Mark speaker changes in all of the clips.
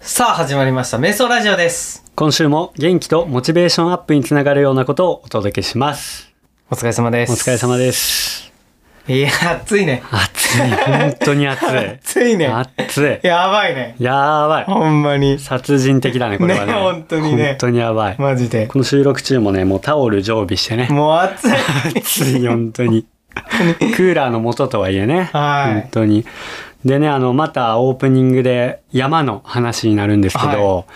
Speaker 1: さあ始まりました瞑想ラジオです
Speaker 2: 今週も元気とモチベーションアップにつながるようなことをお届けします。
Speaker 1: お疲れ様で
Speaker 2: お
Speaker 1: す
Speaker 2: 疲れ様です。
Speaker 1: いや暑いね
Speaker 2: 暑い。本当に暑い。
Speaker 1: 暑いね
Speaker 2: 暑い。
Speaker 1: やばいね
Speaker 2: やばい。
Speaker 1: ほんまに
Speaker 2: 殺人的だね、これは
Speaker 1: ね
Speaker 2: ね。
Speaker 1: 本当にね
Speaker 2: 本当にやばい。
Speaker 1: マジで
Speaker 2: この収録中もね、もうタオル常備してね。
Speaker 1: もう暑い
Speaker 2: 暑い、本当に。クーラーの元とはいえね。
Speaker 1: はい
Speaker 2: 本当に。でね、あの、またオープニングで山の話になるんですけど、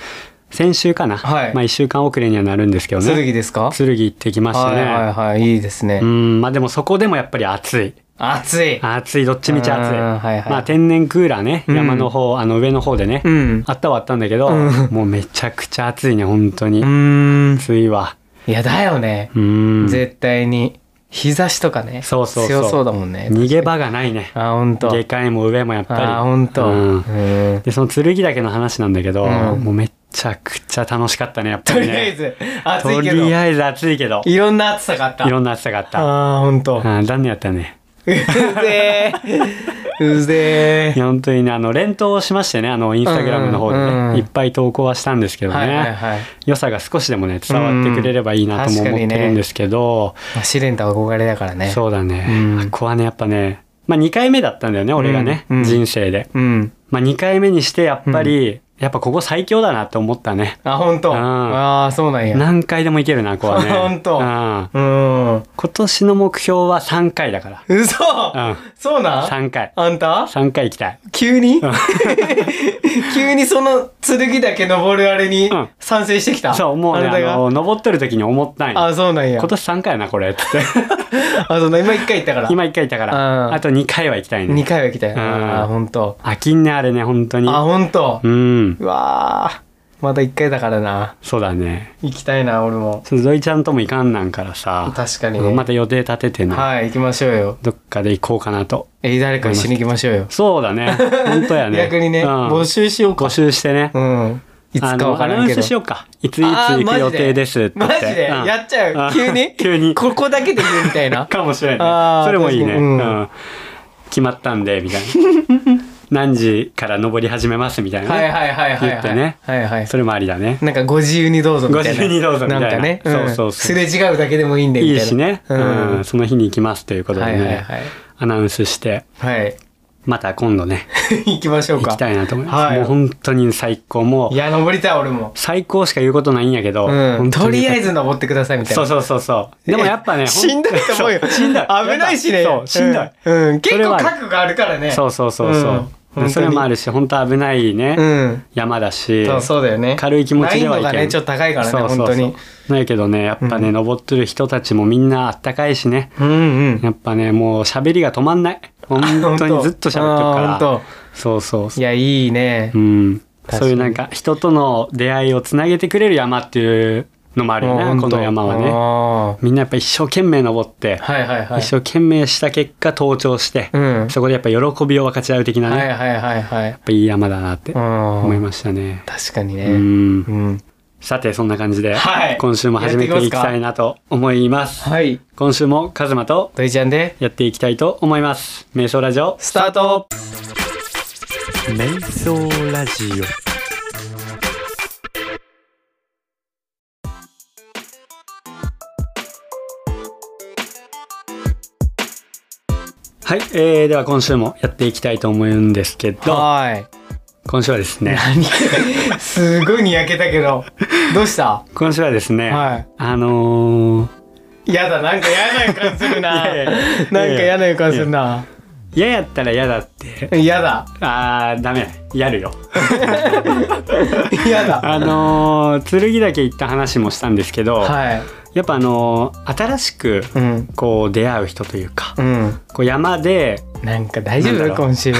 Speaker 2: 先週かな、
Speaker 1: はい
Speaker 2: まあ一週間遅れにはなるんですけどね。
Speaker 1: 剣ですか
Speaker 2: 剣行ってきました
Speaker 1: は
Speaker 2: ね。
Speaker 1: いはいはいいいですね
Speaker 2: うん、まあでもそこでもやっぱり暑い。
Speaker 1: 暑い
Speaker 2: 暑い、どっちみち暑い。
Speaker 1: うんはいはい
Speaker 2: まあ天然クーラーね、
Speaker 1: うん
Speaker 2: 山の方、あの上の方でね、
Speaker 1: うん
Speaker 2: あったはあったんだけど、
Speaker 1: うん
Speaker 2: もうめちゃくちゃ暑いね、本当に。
Speaker 1: うーん
Speaker 2: 暑いわ。
Speaker 1: いやだよね
Speaker 2: うん。逃
Speaker 1: 絶対に日差しとかね
Speaker 2: そうそうそう
Speaker 1: 強そうだもんね
Speaker 2: げ場がないね。
Speaker 1: あ本当
Speaker 2: 下界も上もやっぱり。
Speaker 1: あ本当
Speaker 2: うん
Speaker 1: うん
Speaker 2: で、その剣岳の話なんだけど、
Speaker 1: うん
Speaker 2: もうめちゃくちゃ楽しかったね、やっぱ
Speaker 1: と
Speaker 2: り
Speaker 1: りあえ
Speaker 2: ね。
Speaker 1: ず暑いけ
Speaker 2: と
Speaker 1: ど
Speaker 2: りあえず暑いけど、
Speaker 1: いろんな暑さがあった
Speaker 2: いろんな暑さがあった。
Speaker 1: ああ本当
Speaker 2: うん、残念やったね。
Speaker 1: うぜえ。うぜ
Speaker 2: いや本当にねあの連投しましてねあのインスタグラムの方でね、
Speaker 1: うんうんうん
Speaker 2: いっぱい投稿はしたんですけ
Speaker 1: え。
Speaker 2: どね、
Speaker 1: はいはいはい。
Speaker 2: 良さが少しでもね伝わってくれればいいなとも
Speaker 1: うん
Speaker 2: 思ってるんですけど、
Speaker 1: まあ試練と憧れだからね。
Speaker 2: そうだね、
Speaker 1: うん
Speaker 2: ここはねやっぱね、まあ、2回目だったんだよね俺がね、
Speaker 1: うんうん
Speaker 2: 人生で、
Speaker 1: うん。
Speaker 2: まあ、2回目にしてやっぱり、やっぱここ最強だなと思ったね
Speaker 1: あ、本当。
Speaker 2: うん
Speaker 1: ああ、そうなんや。
Speaker 2: 何回でもいけるなここはね
Speaker 1: 本当
Speaker 2: うん
Speaker 1: うん。
Speaker 2: 今年の目標は3回だか
Speaker 1: 嘘
Speaker 2: ら、うん、
Speaker 1: そうなん
Speaker 2: 3回
Speaker 1: あんた
Speaker 2: 3回行きたい
Speaker 1: 急に 急にその剣だけ登るあれに
Speaker 2: うん
Speaker 1: 賛成してきた。
Speaker 2: そうもう
Speaker 1: あ
Speaker 2: ねあ
Speaker 1: なたが
Speaker 2: の登ってる時に思ったんよ
Speaker 1: あ、そうなんや。
Speaker 2: 今年3回やなこれ っつって
Speaker 1: あ、そうなん今一回行ったから。
Speaker 2: 今1回行ったか
Speaker 1: う
Speaker 2: ら
Speaker 1: ん
Speaker 2: あと2回は行きたい
Speaker 1: 二
Speaker 2: ね
Speaker 1: 回は行きたい。
Speaker 2: うん
Speaker 1: あ、本当。
Speaker 2: 飽きんねあれね本当に
Speaker 1: あ、本当
Speaker 2: う。ん
Speaker 1: うわあ。まだ一回だからな。
Speaker 2: そうだね
Speaker 1: 行きたいな、俺も。
Speaker 2: ちょっとゾイちゃんとも行かんなんからさ
Speaker 1: 確かにね
Speaker 2: また予定立ててね、
Speaker 1: はい、行きましょうよ。
Speaker 2: どっかで行こうかなと
Speaker 1: え、誰か一緒に行きましょうよ。
Speaker 2: そうだ ね本当やね
Speaker 1: 逆にね、
Speaker 2: うん
Speaker 1: 募集しようか
Speaker 2: 募。集してね、
Speaker 1: うん。いつ
Speaker 2: あ
Speaker 1: か
Speaker 2: の
Speaker 1: わか
Speaker 2: アナ
Speaker 1: ら
Speaker 2: ウ
Speaker 1: ん
Speaker 2: ン
Speaker 1: け
Speaker 2: ス
Speaker 1: ど。
Speaker 2: しようかいついつ
Speaker 1: あー
Speaker 2: 行
Speaker 1: マジ
Speaker 2: く
Speaker 1: で
Speaker 2: 予定ですって言
Speaker 1: マ
Speaker 2: って
Speaker 1: ジで、
Speaker 2: うん
Speaker 1: やっちゃう。急に
Speaker 2: 急に
Speaker 1: ここだけで言うみたいな。
Speaker 2: かもしれ
Speaker 1: あ
Speaker 2: な
Speaker 1: ー
Speaker 2: いねそれもいいね、
Speaker 1: 確かにうん
Speaker 2: うん決まったんでみたい な何時から登り始めますみた いなね、
Speaker 1: はいはいはいはい。
Speaker 2: 言ってね
Speaker 1: はいはい。
Speaker 2: それもありだね
Speaker 1: なんかご自由にどうぞみたいな。
Speaker 2: ご自由にどうぞみたいなん
Speaker 1: かね。ん
Speaker 2: そうそうそう
Speaker 1: すれ違うだけでもいいんでみた
Speaker 2: い
Speaker 1: い
Speaker 2: い
Speaker 1: な。
Speaker 2: しね、
Speaker 1: う
Speaker 2: うん
Speaker 1: ん。
Speaker 2: その日に行きますということで
Speaker 1: はい
Speaker 2: ね、
Speaker 1: はいはい。
Speaker 2: アナウンスして
Speaker 1: はい。
Speaker 2: また今度ね
Speaker 1: 行きましょうか。
Speaker 2: 行きたいなと思います、
Speaker 1: はい
Speaker 2: もう本当に最高も
Speaker 1: いうや、登りたい俺も。
Speaker 2: 最高しか言うことないんやけど、
Speaker 1: うん。
Speaker 2: 本当に
Speaker 1: とりあえず登ってくださいみ たい
Speaker 2: そう
Speaker 1: な。
Speaker 2: そうそうそうでもやっぱね
Speaker 1: えしんどいと思うよ。
Speaker 2: そうしんどい
Speaker 1: 危ないしね。
Speaker 2: やっぱそうしんどい、
Speaker 1: うん。うん
Speaker 2: そ
Speaker 1: 結
Speaker 2: れ
Speaker 1: 構
Speaker 2: は
Speaker 1: 覚悟があるからね。
Speaker 2: そうそうそうそう、
Speaker 1: うん本当に
Speaker 2: それもあるし本当危ないね、
Speaker 1: うん。
Speaker 2: 山だし
Speaker 1: そうそうだよね。
Speaker 2: 軽い気持ちではい
Speaker 1: 難易
Speaker 2: け
Speaker 1: 度がね、ちょっと高いからね、
Speaker 2: そうそうそう
Speaker 1: 本当に。
Speaker 2: なんやけどねやっぱね、登ってる人たちもみんなあったかいしね
Speaker 1: うんうん。
Speaker 2: やっぱねもう喋りが止まんない本当にずっと喋ってるから
Speaker 1: あ本
Speaker 2: そうそう
Speaker 1: 当い
Speaker 2: そ。
Speaker 1: うや、いいね
Speaker 2: う。ん。
Speaker 1: 確かに
Speaker 2: そういうなんか人との出会いをつなげてくれる山っていうのもある
Speaker 1: もう
Speaker 2: よね。
Speaker 1: 本
Speaker 2: こ
Speaker 1: 当
Speaker 2: の山はね。
Speaker 1: あ
Speaker 2: みんなやっぱ一生懸命登っ
Speaker 1: ー
Speaker 2: て、
Speaker 1: はいはいはい。
Speaker 2: 一生懸命した結果登頂して、
Speaker 1: うん。
Speaker 2: そこでやっぱ喜びを分かち合う的なね、
Speaker 1: はい
Speaker 2: やっ
Speaker 1: はいはいはい。
Speaker 2: ぱいい山だなって思
Speaker 1: う
Speaker 2: い
Speaker 1: ん。
Speaker 2: ましたね。
Speaker 1: 確かに
Speaker 2: う
Speaker 1: ね。
Speaker 2: ん。
Speaker 1: うん。
Speaker 2: さてそんな感じで、
Speaker 1: はい
Speaker 2: 今週も始めていきたいなと思います。
Speaker 1: はい。
Speaker 2: 今週もカズマと
Speaker 1: ドイちゃんで、
Speaker 2: やっていきたいと思います。瞑想ラジオ。
Speaker 1: スタート
Speaker 2: 瞑想ラジオ。はい、えー、では今週もやっていきたいと思うんですけど、
Speaker 1: は
Speaker 2: 今週はですね、
Speaker 1: ーい。 すごいにやけたけど。どうした
Speaker 2: 今週はですね、
Speaker 1: はい
Speaker 2: あのー、
Speaker 1: やだ、なんか嫌な予感するな。
Speaker 2: いやいや
Speaker 1: なんか嫌な予感するな。
Speaker 2: 嫌やったら嫌だって、
Speaker 1: 嫌だ。
Speaker 2: あー、ダメ、やるよ。
Speaker 1: 嫌だ。
Speaker 2: あのー、剣岳行った話もしたんですけど、
Speaker 1: はい。
Speaker 2: やっぱあのー新しく
Speaker 1: うん。
Speaker 2: こう出会う人というか、
Speaker 1: うん。
Speaker 2: こう山で
Speaker 1: なんか大丈
Speaker 2: なん
Speaker 1: 夫
Speaker 2: だろう
Speaker 1: 今週。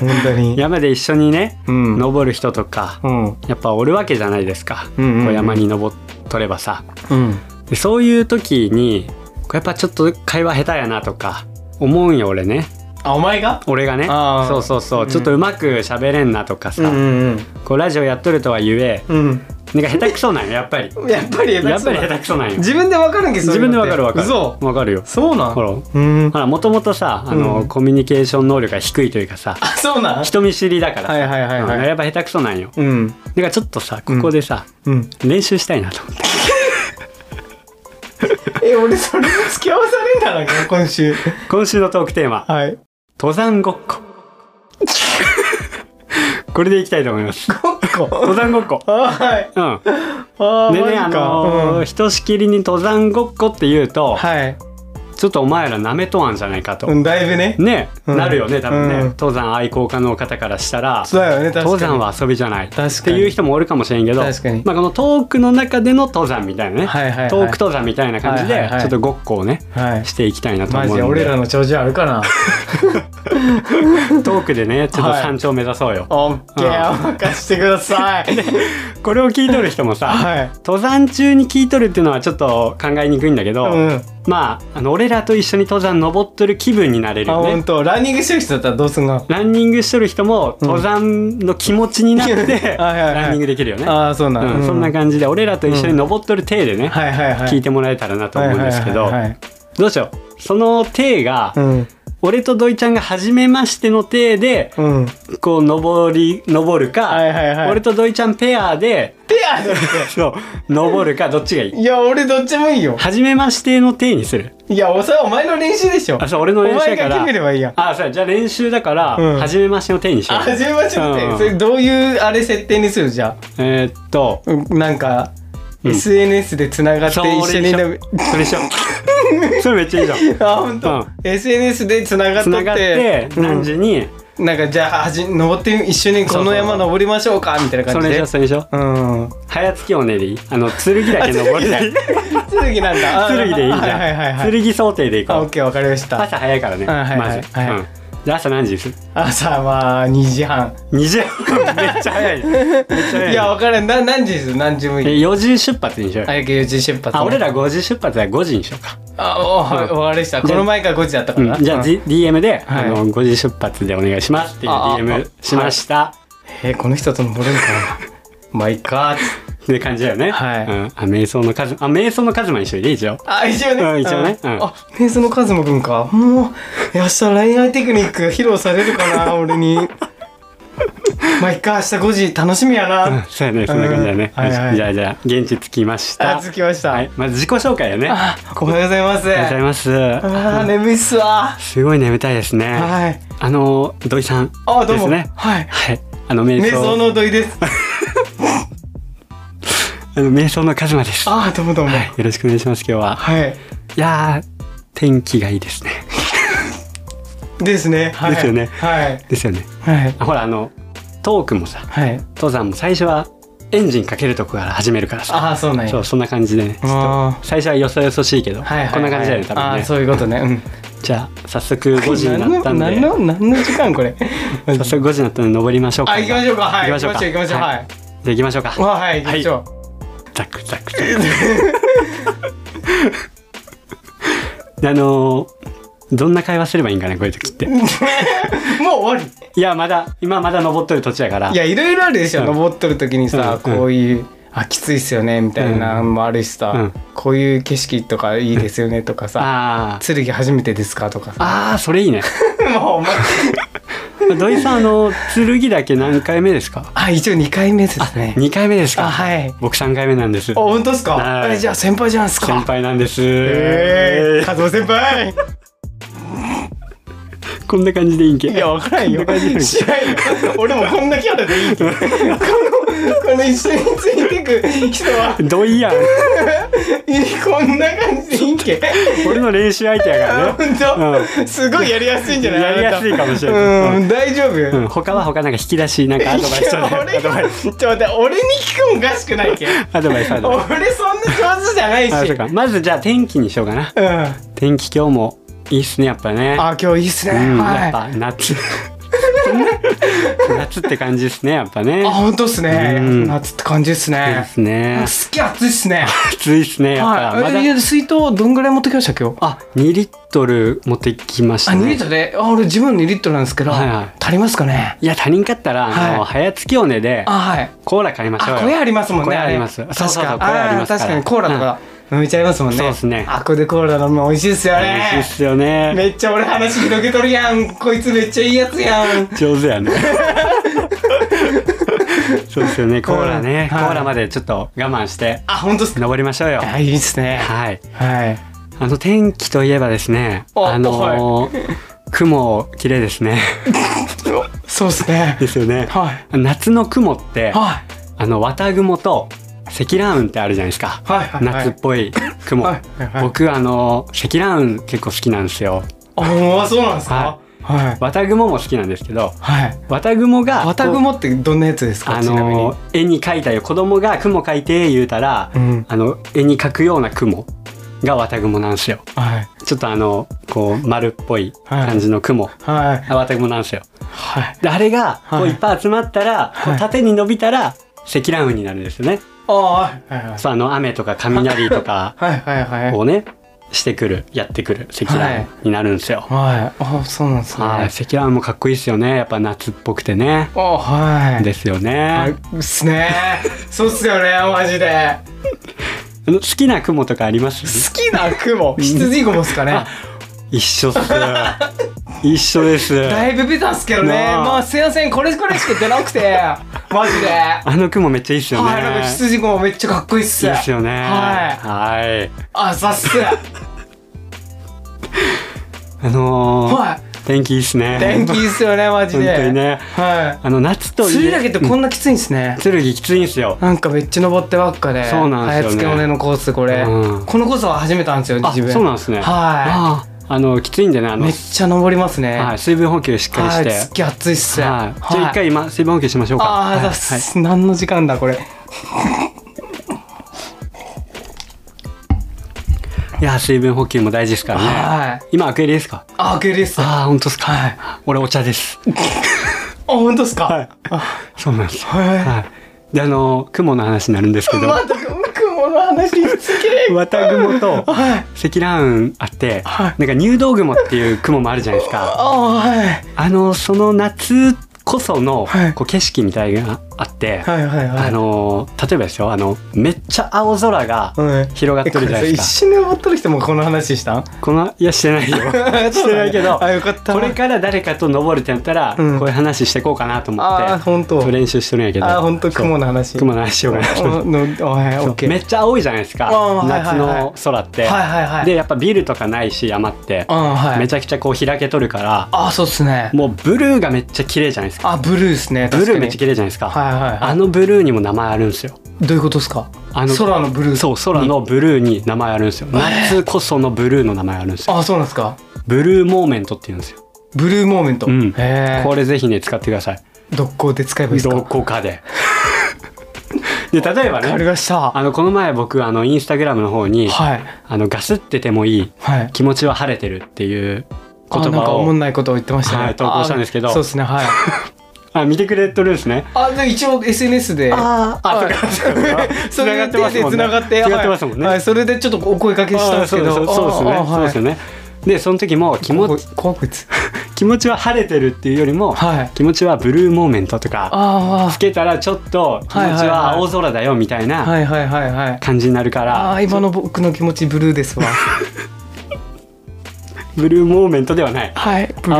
Speaker 1: 本当 に。
Speaker 2: 山で一緒にね、
Speaker 1: うん。
Speaker 2: 登る人とか
Speaker 1: うん。
Speaker 2: やっぱおるわけじゃないですか、
Speaker 1: うんうんうん
Speaker 2: こう山に登っとればさ
Speaker 1: うん。
Speaker 2: でそういう時にこうやっぱちょっと会話下手やなとか思うんよ俺ね
Speaker 1: あ、お前が
Speaker 2: 俺がね
Speaker 1: あー
Speaker 2: そうそうそう、
Speaker 1: うん
Speaker 2: ちょっとうまく喋れんなとかさ、
Speaker 1: うんうん
Speaker 2: こうラジオやっとるとはゆえ
Speaker 1: うん。うん。
Speaker 2: なんか下手くそなんよやっぱり
Speaker 1: やっぱり
Speaker 2: やっぱり下
Speaker 1: だ
Speaker 2: 手くそなんよ
Speaker 1: 自分でわかるんけ
Speaker 2: 自分でわかるわかる
Speaker 1: そう
Speaker 2: わかるよ
Speaker 1: そうなん
Speaker 2: ほら
Speaker 1: うん
Speaker 2: ほらもともとさあの、
Speaker 1: うん
Speaker 2: コミュニケーション能力が低いというかさ
Speaker 1: あそうなん
Speaker 2: 人見知りだからさ、
Speaker 1: はいはいはいはい
Speaker 2: うんやっぱ下手くそなんよ
Speaker 1: うん
Speaker 2: だからちょっとさここでさ、
Speaker 1: うん
Speaker 2: 練習したいなと思って
Speaker 1: え俺それに付き合わされんだな今週
Speaker 2: 今週のトークテーマ
Speaker 1: はい
Speaker 2: 「登山ごっ こ」これでいきたいと思います
Speaker 1: ごっこ
Speaker 2: 登山ごっこ
Speaker 1: はい
Speaker 2: うん
Speaker 1: あー
Speaker 2: で
Speaker 1: マジ
Speaker 2: ね
Speaker 1: か
Speaker 2: あのー
Speaker 1: うん
Speaker 2: ひとしきりに登山ごっこって言うと、
Speaker 1: はい
Speaker 2: ちょっとお前らなめとわんじゃないかと、
Speaker 1: うんだいぶね
Speaker 2: ね、
Speaker 1: うん
Speaker 2: なるよね多分ね、
Speaker 1: うん
Speaker 2: 登山愛好家の方からしたら
Speaker 1: そうだよね確かに
Speaker 2: 登山は遊びじゃないっ
Speaker 1: 確かに
Speaker 2: ていう人もおるかもしれんけど
Speaker 1: 確かに
Speaker 2: まあ、このトークの中での登山みたいなね、
Speaker 1: はいはいはい
Speaker 2: トーク登山みたいな感じ
Speaker 1: はい
Speaker 2: で
Speaker 1: はいはい
Speaker 2: ちょっとごっこをね、
Speaker 1: はい
Speaker 2: していきたいなと思う
Speaker 1: マ
Speaker 2: ん
Speaker 1: ジ
Speaker 2: で
Speaker 1: で俺らの長寿あるか な
Speaker 2: トークでねちょっと山頂目指そうよ、
Speaker 1: オッケーお任せてください
Speaker 2: これを聞いとる人もさ、
Speaker 1: はい
Speaker 2: 登山中に聞いとるっていうのはちょっと考えにくいんだけど、
Speaker 1: うん
Speaker 2: まああの俺らと一緒に登山登っとる気分になれる
Speaker 1: あ
Speaker 2: よ
Speaker 1: 本
Speaker 2: ね
Speaker 1: 当ランニングしてる人だったらどうすんの
Speaker 2: ランニングしとる人も登山の気持ちになって、
Speaker 1: はいはい
Speaker 2: ランニングできるよね、
Speaker 1: ああそうな
Speaker 2: うんそんな感じで俺らと一緒に登っとる体でね、
Speaker 1: はいはいはい
Speaker 2: 聞いてもらえたらなと思うんですけど、
Speaker 1: はいはいはい
Speaker 2: どうしようその体が、
Speaker 1: はい
Speaker 2: 俺と土井ちゃんが初めましての体で
Speaker 1: うんうん
Speaker 2: こう登り登るか、
Speaker 1: はいはいはい
Speaker 2: 俺と土井ちゃんペアで
Speaker 1: ペアで
Speaker 2: そう登るかどっちがいい
Speaker 1: いや俺どっちもいいよ
Speaker 2: 初めましての体にする
Speaker 1: いやおさお前の練習でしょ
Speaker 2: あそう俺
Speaker 1: お
Speaker 2: の練習
Speaker 1: 前
Speaker 2: だか
Speaker 1: が
Speaker 2: ら
Speaker 1: 決めればいいやん
Speaker 2: あそうやじゃあ練習だから、
Speaker 1: うん
Speaker 2: 初めましての手にしよ
Speaker 1: あ
Speaker 2: う
Speaker 1: 始めましょうって
Speaker 2: うん
Speaker 1: それどういうあれ設定にするじゃ
Speaker 2: えーっと
Speaker 1: あうんなんか
Speaker 2: うん
Speaker 1: SNS でつながって
Speaker 2: そう
Speaker 1: 一緒に飲み
Speaker 2: それしよ うそれめっちゃいいじゃん
Speaker 1: あ本
Speaker 2: う
Speaker 1: 当
Speaker 2: ん
Speaker 1: SNS でつながっ
Speaker 2: つ
Speaker 1: とっ
Speaker 2: ながって
Speaker 1: て
Speaker 2: 何時に、
Speaker 1: うんなんかじゃあはじ登って一緒にこの山登りましょうかみたいな
Speaker 2: そ
Speaker 1: 感
Speaker 2: れ
Speaker 1: じ
Speaker 2: にし
Speaker 1: で
Speaker 2: ようそれにしよう
Speaker 1: うん
Speaker 2: 早月おねでいいあの剣だけ登れない
Speaker 1: 剣なんだあー
Speaker 2: 剣でいいじゃん、
Speaker 1: はいはいはいはい
Speaker 2: 剣想定でいこ
Speaker 1: あ
Speaker 2: う
Speaker 1: オッケーわかりました
Speaker 2: 朝早いからね、
Speaker 1: はいはいはい
Speaker 2: まず、
Speaker 1: はい
Speaker 2: うんじゃあ朝何時にする
Speaker 1: 朝は2時半
Speaker 2: ?2 時 めっちゃ早いめっちゃ早い
Speaker 1: いや分からんな何時です何時もいい
Speaker 2: 4時出発にしようよ
Speaker 1: 早く4時出発
Speaker 2: あ俺ら5時出発だから5時にしようか、
Speaker 1: あおはい
Speaker 2: うん
Speaker 1: 分かりました
Speaker 2: じ
Speaker 1: こ
Speaker 2: ゃあ
Speaker 1: の前から5時だったか
Speaker 2: う
Speaker 1: ら
Speaker 2: ん、じゃあ、
Speaker 1: うん
Speaker 2: D- DM で、
Speaker 1: はい
Speaker 2: あの5時出発でお願いしますっていう
Speaker 1: ああ
Speaker 2: DM しました、
Speaker 1: えーこの人と登れるかな まあいいかっつって
Speaker 2: って感じだよね。
Speaker 1: はい
Speaker 2: うん、あ、瞑想の数、あ、瞑想の数も一緒で一応。
Speaker 1: あ一応ね、
Speaker 2: うん一応ねうん
Speaker 1: あフェンスのカズマくんかもうえ明日恋愛テクニック披露されるか な俺にまあいいか明日5時楽しみや な
Speaker 2: そうやね、そんな感じだね。
Speaker 1: うんはいはい
Speaker 2: よしじゃあじゃあ現地着きました。
Speaker 1: あ着きました
Speaker 2: はい、まず自己紹介よね。あ
Speaker 1: あおはようございます
Speaker 2: りがとうございます。
Speaker 1: あー眠いっすわ
Speaker 2: すごい眠たいですね。
Speaker 1: はい
Speaker 2: あの土井さん
Speaker 1: あどう
Speaker 2: で
Speaker 1: も、
Speaker 2: すね。
Speaker 1: はい
Speaker 2: はい。あの瞑
Speaker 1: 瞑
Speaker 2: 想
Speaker 1: 想の土井です
Speaker 2: あの瞑想のカズマです。は
Speaker 1: あーどうもどうもはい、
Speaker 2: い。よろしくお願いします今日は。いやー天気がいいですね。
Speaker 1: ですね、はい、
Speaker 2: ですよね
Speaker 1: はい
Speaker 2: ですよね。
Speaker 1: はい
Speaker 2: あほらあのトークもさ、
Speaker 1: はい
Speaker 2: 登山も最初はエンジンかけるとこから始めるからさ。
Speaker 1: ああそうなんや
Speaker 2: そうそんな感じでね。ちょっと
Speaker 1: あ
Speaker 2: 最初はよそよそしいけど、
Speaker 1: ーはいはいはい
Speaker 2: こんな感じだよね多
Speaker 1: あー
Speaker 2: 分
Speaker 1: そういうことねうん
Speaker 2: ねじゃあ早速5時になったん
Speaker 1: 何
Speaker 2: で
Speaker 1: の何の何の時間これ
Speaker 2: 早速5時になったんで登りましょうか
Speaker 1: あ行きましょうかはい
Speaker 2: 行きましょうか
Speaker 1: 行きましょう行きましょうはい
Speaker 2: いじゃあ行きましょうか
Speaker 1: あはい行きましょう
Speaker 2: ザクザクザクであのーどんな会話すればいいんかなこういう時って
Speaker 1: もう終わ
Speaker 2: いやまだ今まだ登っとる途中やから
Speaker 1: りいやいろいろあるでしょ、
Speaker 2: うん
Speaker 1: 登っとる時にさ、
Speaker 2: うんうん
Speaker 1: こういう「あきついっすよね」みたいなのもあるしさ、
Speaker 2: うん
Speaker 1: こういう景色とかいいですよねとかさ「
Speaker 2: あー
Speaker 1: 剣初めてですか?」とか さ
Speaker 2: あーそれいいね
Speaker 1: もうお前
Speaker 2: 土井さんあの剣だけ何回目ですか
Speaker 1: あ一応2回目ですね
Speaker 2: 2回目です
Speaker 1: あ
Speaker 2: か
Speaker 1: はいあ
Speaker 2: 僕3回目なんです
Speaker 1: 本当ですか
Speaker 2: はい
Speaker 1: あじゃあ先輩じゃないですか
Speaker 2: 先輩なんです
Speaker 1: ええー、カズマ先輩
Speaker 2: こんな感じでいいんけ
Speaker 1: いやわからんよ
Speaker 2: こんな感じでいいん け
Speaker 1: 知らんよ俺もこんなキャラでい いけどこのこの一緒についてく人は
Speaker 2: どいやん
Speaker 1: こんな感じでいいけ
Speaker 2: 俺の練習相手やからね
Speaker 1: 本当、
Speaker 2: う
Speaker 1: すごいやりやすいんじゃない
Speaker 2: やりやすいかもしれない
Speaker 1: いうん大丈夫、
Speaker 2: う
Speaker 1: い
Speaker 2: ん、他は他なんか引き出しなんかアドバイス
Speaker 1: や俺がちょっと待って俺に聞くもおかしくないけん
Speaker 2: アドバイスアドバイス
Speaker 1: 俺そんな上手じゃないし
Speaker 2: あそうかまずじゃあ天気にしようかな
Speaker 1: うん、
Speaker 2: 天気今日もいいっすねやっぱね
Speaker 1: あ今日いいっすね、
Speaker 2: うん、
Speaker 1: は
Speaker 2: やっ
Speaker 1: い
Speaker 2: ぱ夏 夏って感じですねやっぱね
Speaker 1: あ、本当っすね。
Speaker 2: うん
Speaker 1: 夏って感じですね
Speaker 2: で。すね
Speaker 1: 好き暑いっすね。
Speaker 2: 暑いですねやっぱ、
Speaker 1: はい。
Speaker 2: ま
Speaker 1: え
Speaker 2: だ
Speaker 1: いや水筒どんぐらい持ってきました今日。
Speaker 2: あ2リットル持ってきました
Speaker 1: あ、
Speaker 2: ね
Speaker 1: 2リットルで。あ、俺自分2リットルなんですけど、
Speaker 2: はいはい
Speaker 1: 足りますかね。
Speaker 2: いや他人かったら、あ
Speaker 1: は
Speaker 2: の
Speaker 1: い
Speaker 2: 早月おねで
Speaker 1: あ、はい。
Speaker 2: コーラ買いましょ
Speaker 1: あ、
Speaker 2: うよ
Speaker 1: これありますもんね。
Speaker 2: これあ
Speaker 1: れ
Speaker 2: ります
Speaker 1: 確
Speaker 2: そうそうそう
Speaker 1: か。
Speaker 2: これありますか
Speaker 1: ー
Speaker 2: ら
Speaker 1: 確かにコーラとか飲めちゃいますもんね。
Speaker 2: そうっすね
Speaker 1: あ、これでコーラ飲むの美味しいっすよ
Speaker 2: 美味しいっ
Speaker 1: ね。
Speaker 2: すよね
Speaker 1: めっちゃ俺話広げとるやん。こいつめっちゃいいやつやん。
Speaker 2: 上手 やねそうですよねコーラね、
Speaker 1: うんはい
Speaker 2: コーラまでちょっと我慢して
Speaker 1: あ、本当っすか。
Speaker 2: 登りましょうよ
Speaker 1: あ、いいっすね。
Speaker 2: はい
Speaker 1: はい。
Speaker 2: あの天気といえばですね
Speaker 1: お
Speaker 2: あのー雲綺麗です ね
Speaker 1: そうっすね。
Speaker 2: ですよね
Speaker 1: はい。
Speaker 2: 夏の雲って
Speaker 1: はい。
Speaker 2: あの綿雲と積乱雲ってあるじゃないですか、
Speaker 1: はいはいはい
Speaker 2: 夏っぽい雲、
Speaker 1: はいはいはい
Speaker 2: 僕あの積乱雲結構好きなんですよ
Speaker 1: あ、ほんまそうなんですか。はい。
Speaker 2: 綿雲も好きなんですけど
Speaker 1: はい。
Speaker 2: 綿雲がこう
Speaker 1: 綿雲ってどんなやつですか、
Speaker 2: あ
Speaker 1: ちなみに
Speaker 2: の。絵に描いたよ子供が雲描いて言うたら、
Speaker 1: うん。
Speaker 2: あの絵に描くような雲が綿雲なんですよ
Speaker 1: はい。
Speaker 2: ちょっとあのこう丸っぽい感じの雲、
Speaker 1: はい。
Speaker 2: あ綿雲なんですよ
Speaker 1: はい。
Speaker 2: であれがこ
Speaker 1: は
Speaker 2: う
Speaker 1: い
Speaker 2: いっぱい集まったら、こ
Speaker 1: は
Speaker 2: う
Speaker 1: い
Speaker 2: 縦に伸びたら積乱雲になるんですよね、
Speaker 1: ああ、はいはいはい。
Speaker 2: そうあの雨とか雷とか
Speaker 1: はいはいはい。
Speaker 2: をねしてくるやってくる積乱雲になるんですよ、
Speaker 1: はい。あそうなんですね。
Speaker 2: はい、積乱雲もかっこいいですよねやっぱ夏っぽくてね
Speaker 1: あはい。
Speaker 2: ですよ
Speaker 1: はい
Speaker 2: ね、
Speaker 1: っすね。そうっすよね、マジで。
Speaker 2: あの好きな雲とかありま す
Speaker 1: 好きな雲、羊雲っすかね。
Speaker 2: 一緒っす一緒です
Speaker 1: だいぶベタっすけどね。
Speaker 2: なあ
Speaker 1: まあ、すいません、これこれしか出なくて。マジで。は
Speaker 2: あの雲めっちゃいいっ
Speaker 1: い、
Speaker 2: すよね、
Speaker 1: なんか羊雲めっちゃかっこいいっす。
Speaker 2: いいっすよね
Speaker 1: はい。
Speaker 2: はい
Speaker 1: あ、さっす。
Speaker 2: あのー
Speaker 1: はい。
Speaker 2: 天気いいっすね
Speaker 1: 天気いいっすよね、マジ
Speaker 2: 本
Speaker 1: で。
Speaker 2: 当にね
Speaker 1: は
Speaker 2: あの夏
Speaker 1: い。
Speaker 2: と
Speaker 1: 釣りだけってこ
Speaker 2: ん
Speaker 1: んなきついんですね。
Speaker 2: 剣きついんすよ
Speaker 1: なんかめっちゃ登ってばっかで。
Speaker 2: そうなんですよね
Speaker 1: 早つけおねのコース、これ。
Speaker 2: うん
Speaker 1: このコースは初めてなんですよ、
Speaker 2: あ
Speaker 1: 自分。
Speaker 2: そうなんですね
Speaker 1: は
Speaker 2: あーあのきついんでねあ
Speaker 1: い。
Speaker 2: の
Speaker 1: めっちゃ登りますね。
Speaker 2: はい、水分補給しっかり
Speaker 1: は
Speaker 2: し
Speaker 1: い、
Speaker 2: て
Speaker 1: 月暑いっす。
Speaker 2: はいじゃあ一回今水分補給しましょうか
Speaker 1: ああ、
Speaker 2: はい
Speaker 1: だっす何の時間だこれ。
Speaker 2: はいいや水分補給も大事ですからね
Speaker 1: はい。
Speaker 2: 今アクエリですか
Speaker 1: あ、アクエリウス。あ、
Speaker 2: ああ本当ですか、
Speaker 1: はい
Speaker 2: 俺お茶です
Speaker 1: 本当っすか。
Speaker 2: はい
Speaker 1: あ、
Speaker 2: そうなんですよ
Speaker 1: は
Speaker 2: はいであの雲の話になるんですけ
Speaker 1: い。
Speaker 2: ど
Speaker 1: また雲の話すげ え。
Speaker 2: 綿雲と
Speaker 1: はい。
Speaker 2: 積乱雲あって、
Speaker 1: はい
Speaker 2: なんか入道雲っていう雲もあるじゃないですか。
Speaker 1: あ、はい。
Speaker 2: あのその夏こその、
Speaker 1: はい
Speaker 2: こう景色みたいなのがあって、
Speaker 1: はいはいはい。
Speaker 2: あの例えばですよあのめっちゃ青空が
Speaker 1: うん。
Speaker 2: 広がってるじゃないで
Speaker 1: 一
Speaker 2: す
Speaker 1: 瞬で終わっとる人もこの話したん
Speaker 2: か。このいやし てないよ。
Speaker 1: して
Speaker 2: ないけど
Speaker 1: あ、よかった。
Speaker 2: これから誰かと登るってなったら、
Speaker 1: うん
Speaker 2: こういう話していこうかなと思
Speaker 1: あー、
Speaker 2: って、
Speaker 1: 本当。
Speaker 2: そう練習してるんやけど。
Speaker 1: あー、本当
Speaker 2: そう
Speaker 1: 雲の話。
Speaker 2: 雲の話しようかなと思って。
Speaker 1: の、のはい、
Speaker 2: そ
Speaker 1: オッ
Speaker 2: う
Speaker 1: ケー。
Speaker 2: めっちゃ青いじゃないですか
Speaker 1: あーはいはいは
Speaker 2: 夏
Speaker 1: い
Speaker 2: の空って、
Speaker 1: はいはいはい。
Speaker 2: で、やっぱビルとかないし山って、
Speaker 1: うん、はい。
Speaker 2: めちゃくちゃこう開けとるから
Speaker 1: あ、そうっすね。
Speaker 2: もうブルーがめっちゃ綺麗じゃないですか
Speaker 1: あ、ブルーっすね。
Speaker 2: ブルーめっちゃ
Speaker 1: 確か
Speaker 2: 綺麗じゃないですか、
Speaker 1: にはいはいは
Speaker 2: あのブルーにも名前あるんですよ
Speaker 1: い。どういうことっすか。
Speaker 2: あの
Speaker 1: 空のブルー。
Speaker 2: そう空のブルーに名前あるんですよ夏こそのブルーの名前あるんですよ
Speaker 1: あ、そうなんですか。
Speaker 2: ブルーモーメントって言うんですよ
Speaker 1: ブルーモーメント。
Speaker 2: うん
Speaker 1: へえ。
Speaker 2: これぜひね使ってください
Speaker 1: どこで使えばいいです
Speaker 2: ど
Speaker 1: か。
Speaker 2: こかでで例えば
Speaker 1: わかり
Speaker 2: ね
Speaker 1: ました。
Speaker 2: あのこの前僕あのインスタグラムの方に、
Speaker 1: はい。
Speaker 2: あのガスっててもいい
Speaker 1: はい。
Speaker 2: 気持ちは晴れてるっていう言
Speaker 1: あなん
Speaker 2: 葉
Speaker 1: かおも
Speaker 2: を
Speaker 1: んないことを言ってましたね。
Speaker 2: はい投稿したんですけど
Speaker 1: あそうですね。はい。
Speaker 2: あ見てくれとるんですね
Speaker 1: あ、で一応 SNS で。
Speaker 2: あーあ
Speaker 1: はい
Speaker 2: そっかそっか
Speaker 1: それ
Speaker 2: 繋が
Speaker 1: で
Speaker 2: ってますもんね
Speaker 1: 繋がって、
Speaker 2: 繋がってますもんね
Speaker 1: はいはい、それでちょっとお声掛けしたんですけど。
Speaker 2: あーそうそうそう
Speaker 1: あー
Speaker 2: そう
Speaker 1: は
Speaker 2: で
Speaker 1: い
Speaker 2: すよね、そうですよねでその時も気持ち
Speaker 1: こ怖くつ。
Speaker 2: 気持ちは晴れてるっていうよりも、
Speaker 1: はい。
Speaker 2: 気持ちはブルーモーメントとか
Speaker 1: あ
Speaker 2: つけたらちょっと気持
Speaker 1: はいは
Speaker 2: ち
Speaker 1: いは
Speaker 2: はい青空だよみたい
Speaker 1: あ。
Speaker 2: な
Speaker 1: はいはいはいはい。
Speaker 2: 感じになるから、
Speaker 1: ああー、今の僕の気持ちブルーです わ。
Speaker 2: ブルーモーメントではない
Speaker 1: はい。ブルーで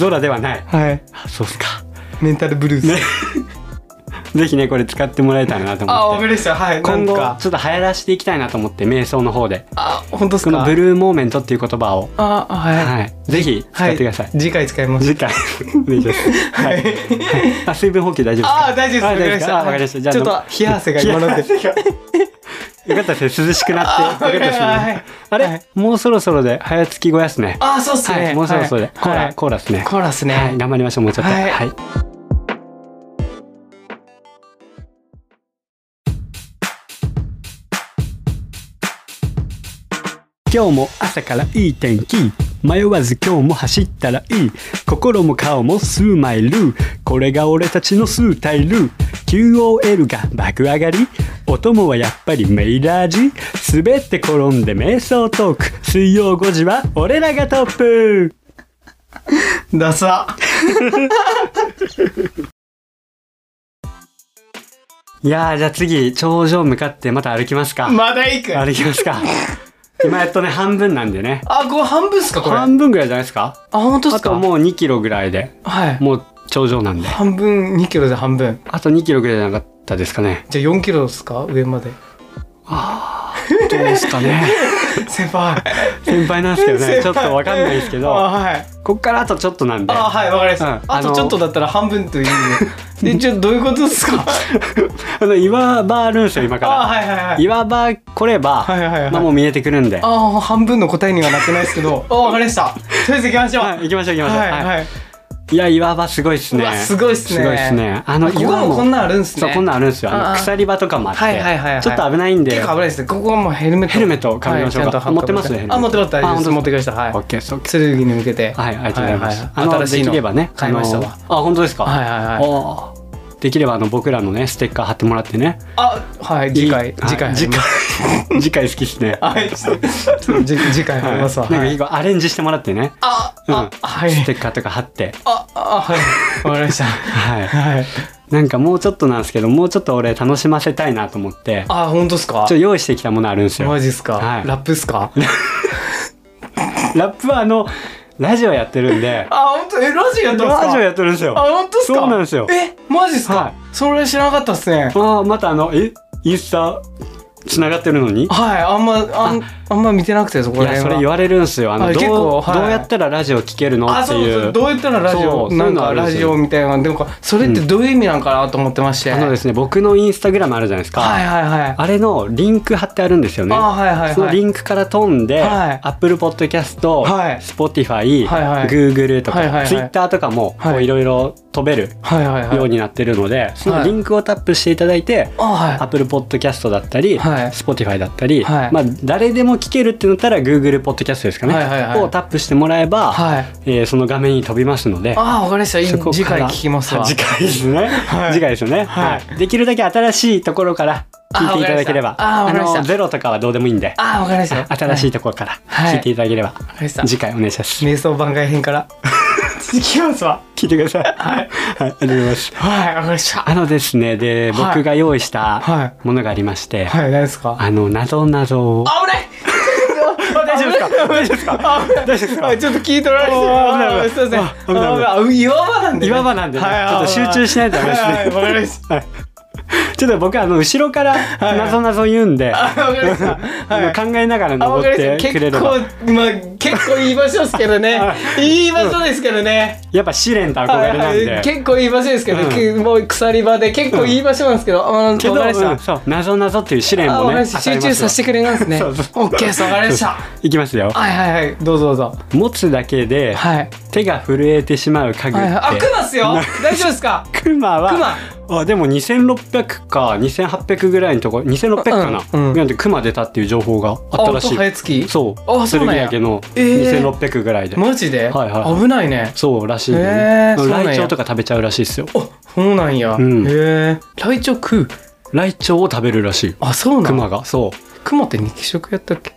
Speaker 2: 青空ではない
Speaker 1: す。はい。
Speaker 2: あそうっすか
Speaker 1: メンタルブルース。
Speaker 2: ねぜひねこれ使ってもらえたらなと
Speaker 1: あ、
Speaker 2: 思
Speaker 1: お
Speaker 2: っ
Speaker 1: め
Speaker 2: て
Speaker 1: でとう。はい。な
Speaker 2: 今
Speaker 1: ん
Speaker 2: 後
Speaker 1: か。
Speaker 2: ちょっと流行らしていきたいなと思って瞑想の方で
Speaker 1: あ、本当です
Speaker 2: こ
Speaker 1: か。
Speaker 2: のブルーモーメントっていう言葉を、
Speaker 1: あ、はい。
Speaker 2: はい、ぜひ使ってください、
Speaker 1: 次回使います。
Speaker 2: 次回お願いしますはい、はい、あ水分補給大丈夫ですか
Speaker 1: あー、大丈夫です。
Speaker 2: あわかりました
Speaker 1: はい
Speaker 2: じゃあ
Speaker 1: ちょっと冷や汗が今 ので。
Speaker 2: よかったですね涼しくなって
Speaker 1: あー
Speaker 2: よかったですね
Speaker 1: はい
Speaker 2: あれ、
Speaker 1: はい
Speaker 2: もうそろそろで早月小屋っすね
Speaker 1: あ、そうっす
Speaker 2: は
Speaker 1: ね。
Speaker 2: いもうそろそろで、
Speaker 1: はい
Speaker 2: コーラ、
Speaker 1: はい
Speaker 2: コーラっすね
Speaker 1: コーラっすね。
Speaker 2: はい頑張りましょうもうちょっとは、
Speaker 1: はいい
Speaker 2: 今日も朝からいい天気迷わず今日も走ったらいい心も顔も数枚ルーこれが俺たちの数体ルー QOL が爆上がりお供はやっぱりメイラージ滑って転んで瞑想トーク水曜5時は俺らがトップ
Speaker 1: ダサ
Speaker 2: いやーじゃあ次頂上向かってまた歩きますか、
Speaker 1: まだ行く
Speaker 2: 歩きま すか今やっとね半分なんでね
Speaker 1: あこれ半分っすかこれあ
Speaker 2: 半分ぐらいじゃないですか
Speaker 1: 本当っ
Speaker 2: あ
Speaker 1: すか
Speaker 2: ともう2キロぐらいで
Speaker 1: はい
Speaker 2: もう頂上なんで
Speaker 1: 半分2キロで半分
Speaker 2: あと2キロぐらいじゃなかったですかね
Speaker 1: じゃあ4キロっすか上まで
Speaker 2: どうですかね
Speaker 1: 先輩
Speaker 2: 先輩なんですけどね
Speaker 1: 先輩
Speaker 2: ちょっとわかんないですけ
Speaker 1: あ
Speaker 2: ど
Speaker 1: はい
Speaker 2: こっからあとちょっとなんで
Speaker 1: あはいわかりました、
Speaker 2: うん
Speaker 1: あとちょっとだったら半分という意味で えちょどういうことですか
Speaker 2: あの岩場あるんですよ今か
Speaker 1: あ
Speaker 2: ら
Speaker 1: はいはいはい
Speaker 2: 岩場来れば、
Speaker 1: はいはいはい
Speaker 2: まあ、もう見えてくるんで、は、
Speaker 1: ああ半分の答えにはなってないですけどあわかりましたとりあえず行きましょう、はい
Speaker 2: 行きましょう行きましょう、
Speaker 1: い
Speaker 2: はい
Speaker 1: はい
Speaker 2: いや岩場すごいっす
Speaker 1: う
Speaker 2: ね
Speaker 1: わすごいっすね
Speaker 2: すごいっすねあの
Speaker 1: ここ
Speaker 2: 岩
Speaker 1: もこんなんあるんすね
Speaker 2: そうこんなんあるんですよあ
Speaker 1: あ
Speaker 2: の
Speaker 1: あ
Speaker 2: 鎖場とかもあって、
Speaker 1: はいはいはいはい
Speaker 2: ちょっと危ないんで
Speaker 1: 結構危ないですねここはもうヘルメット
Speaker 2: ヘルメットかぶりましょう
Speaker 1: は
Speaker 2: か
Speaker 1: いちゃんと
Speaker 2: 持ってますねヘルメット
Speaker 1: あ持ってます大丈夫
Speaker 2: あ本
Speaker 1: です
Speaker 2: 当ですか
Speaker 1: 持ってきましたはい
Speaker 2: オッケーですオッケー
Speaker 1: 剣に向けて
Speaker 2: はいありがとうございます、
Speaker 1: は
Speaker 2: あ
Speaker 1: い
Speaker 2: の
Speaker 1: はい新しい
Speaker 2: で
Speaker 1: の
Speaker 2: きればね
Speaker 1: 買いましたわ
Speaker 2: あのあ本当ですか
Speaker 1: はいはいはい
Speaker 2: おーできればあの僕らのねステッカー貼ってもらってね
Speaker 1: あはい次回
Speaker 2: いい
Speaker 1: 次
Speaker 2: は
Speaker 1: 回
Speaker 2: い次回次回好きっす ね
Speaker 1: はいちょっとちょっと次次回ありますわ
Speaker 2: なんか
Speaker 1: はい
Speaker 2: いアレンジしてもらってね
Speaker 1: あ
Speaker 2: うん
Speaker 1: あはい
Speaker 2: ステッカーとか貼って
Speaker 1: ああはいわかりました
Speaker 2: はい
Speaker 1: はい
Speaker 2: なんかもうちょっとなんですけどもうちょっと俺楽しませたいなと思って
Speaker 1: あ本当ですか
Speaker 2: ちょ用意してきたものあるんですよ
Speaker 1: マジっすか
Speaker 2: はい
Speaker 1: ラップっす か
Speaker 2: ラップはあのラジオやってるんで
Speaker 1: あ本当えラジオやったんすか
Speaker 2: ラジオやってるんですよ
Speaker 1: あ本当っすか
Speaker 2: そうなんですよ
Speaker 1: えマジっすか、
Speaker 2: はい
Speaker 1: それ知らなかったっすね
Speaker 2: ああまたあのえインスタつながってるのにい
Speaker 1: はいあんまあんあんま見てなくてそこら辺
Speaker 2: やそ
Speaker 1: は
Speaker 2: れ言われるんですよあの
Speaker 1: あ
Speaker 2: どう
Speaker 1: 結構はい
Speaker 2: どうやったらラジオ聞けるの
Speaker 1: あ
Speaker 2: って
Speaker 1: そう
Speaker 2: い
Speaker 1: そううどうやったらラジ
Speaker 2: そう
Speaker 1: オ
Speaker 2: そうい
Speaker 1: な
Speaker 2: うんの
Speaker 1: か
Speaker 2: あるんで
Speaker 1: ラ
Speaker 2: す
Speaker 1: ジ
Speaker 2: よ
Speaker 1: オみたいなでもそれってどういう意味なんかなと思ってまして、
Speaker 2: あ
Speaker 1: は
Speaker 2: の
Speaker 1: い
Speaker 2: ですね僕のインスタグラムあるじゃないですか、
Speaker 1: はいはい
Speaker 2: あれのリンク貼ってあるんですよね
Speaker 1: あはいはいはい
Speaker 2: そのリンクから飛んで、
Speaker 1: はい
Speaker 2: Apple Podcast、
Speaker 1: はい
Speaker 2: Spotify、
Speaker 1: はいはい
Speaker 2: Google とか、
Speaker 1: はいはいはい
Speaker 2: Twitter とかもこ
Speaker 1: は
Speaker 2: う
Speaker 1: い
Speaker 2: いろいろ飛べる
Speaker 1: はいはいはい
Speaker 2: よ
Speaker 1: は
Speaker 2: う
Speaker 1: い
Speaker 2: になってるので、そのリンクをタップしていただいて、
Speaker 1: あはい
Speaker 2: Apple Podcast だったり、
Speaker 1: はい
Speaker 2: Spotify だったり、
Speaker 1: はい
Speaker 2: まあ、誰でも聞けるってなったら Google Podcast ですかね、
Speaker 1: はいはいはい
Speaker 2: をタップしてもらえば、
Speaker 1: はい
Speaker 2: えーその画面に飛びますので。
Speaker 1: あわかりましたいい
Speaker 2: そこ
Speaker 1: 次
Speaker 2: か
Speaker 1: 回
Speaker 2: ら
Speaker 1: 聞きますわ
Speaker 2: 次回ですね、
Speaker 1: はい
Speaker 2: 次回ですよね、は
Speaker 1: はいい
Speaker 2: できるだけ新しいところから聞いていただければ
Speaker 1: あわかりましたあわかりました
Speaker 2: のゼロとかはどうでもいいんで
Speaker 1: あわかりました
Speaker 2: 新しい
Speaker 1: は
Speaker 2: ところから
Speaker 1: はい
Speaker 2: 聞いていただければ、
Speaker 1: いわかりました
Speaker 2: 次回お願いします、
Speaker 1: 瞑想番外編から聞きますわ
Speaker 2: 聞いてくださいはい、ありがとうございます
Speaker 1: はいわかりました
Speaker 2: あのですねで
Speaker 1: はい
Speaker 2: 僕が用意した
Speaker 1: は
Speaker 2: ものがありまして、
Speaker 1: はい何ですか
Speaker 2: あの謎謎を
Speaker 1: あ危ない大
Speaker 2: 丈夫ですか
Speaker 1: 大丈夫ですか
Speaker 2: 大丈夫ですか
Speaker 1: ちょっと聞いとられてる
Speaker 2: あー危ない危
Speaker 1: あーすいませ
Speaker 2: ない
Speaker 1: ん
Speaker 2: あ危ない危ない
Speaker 1: あー岩場なんでね
Speaker 2: 岩場なんでね
Speaker 1: はい
Speaker 2: ちょっと集中しないとダメですね
Speaker 1: はいはいわかりました
Speaker 2: ちょっと僕あの後ろから
Speaker 1: い
Speaker 2: 謎謎言うんで、
Speaker 1: あわかりましたはい
Speaker 2: あの考えながら
Speaker 1: あわか
Speaker 2: 登っ
Speaker 1: りま
Speaker 2: て
Speaker 1: した
Speaker 2: く
Speaker 1: 結
Speaker 2: れれば
Speaker 1: 構まあ結構いい場所ですけど ねいい場所ですけどね
Speaker 2: やっぱ試練と憧
Speaker 1: はい
Speaker 2: れなんで、
Speaker 1: はい結構いい場所ですけど
Speaker 2: うん
Speaker 1: けもう鎖場で結構いい場所なんですけどあ
Speaker 2: け
Speaker 1: ー
Speaker 2: ど
Speaker 1: わかりまし
Speaker 2: うん
Speaker 1: た
Speaker 2: そう謎謎っていう試練
Speaker 1: あわ
Speaker 2: を
Speaker 1: かり
Speaker 2: ね
Speaker 1: ました集中させてく
Speaker 2: て
Speaker 1: れなんですね
Speaker 2: そうそう
Speaker 1: オッケーですわかりました
Speaker 2: いきますよ
Speaker 1: はいはいはいどうぞどうぞ
Speaker 2: 持つだけで
Speaker 1: はい
Speaker 2: 手が震えてしまう家具
Speaker 1: は
Speaker 2: って、
Speaker 1: いはいあクマっすよ大丈夫ですか
Speaker 2: クマはあでも2600か2800ぐらいのとこ2600かな、
Speaker 1: うんうん
Speaker 2: なんでクマ出たっていう情報があったらし
Speaker 1: あ音早
Speaker 2: い
Speaker 1: つき
Speaker 2: そう
Speaker 1: あそうなんや
Speaker 2: 剣岳の
Speaker 1: えー
Speaker 2: 2600ぐらいで、
Speaker 1: マジで、
Speaker 2: はいはい
Speaker 1: 危ないね
Speaker 2: そうらしいね、
Speaker 1: へーそうなんや
Speaker 2: ライチョウとか食べちゃうらしいですよ
Speaker 1: あそうなんや、
Speaker 2: ん
Speaker 1: へえライチョウ食う
Speaker 2: ライチョウを食べるらしい
Speaker 1: あそうな
Speaker 2: ク
Speaker 1: ん
Speaker 2: マがそう
Speaker 1: クマって肉食やったっけ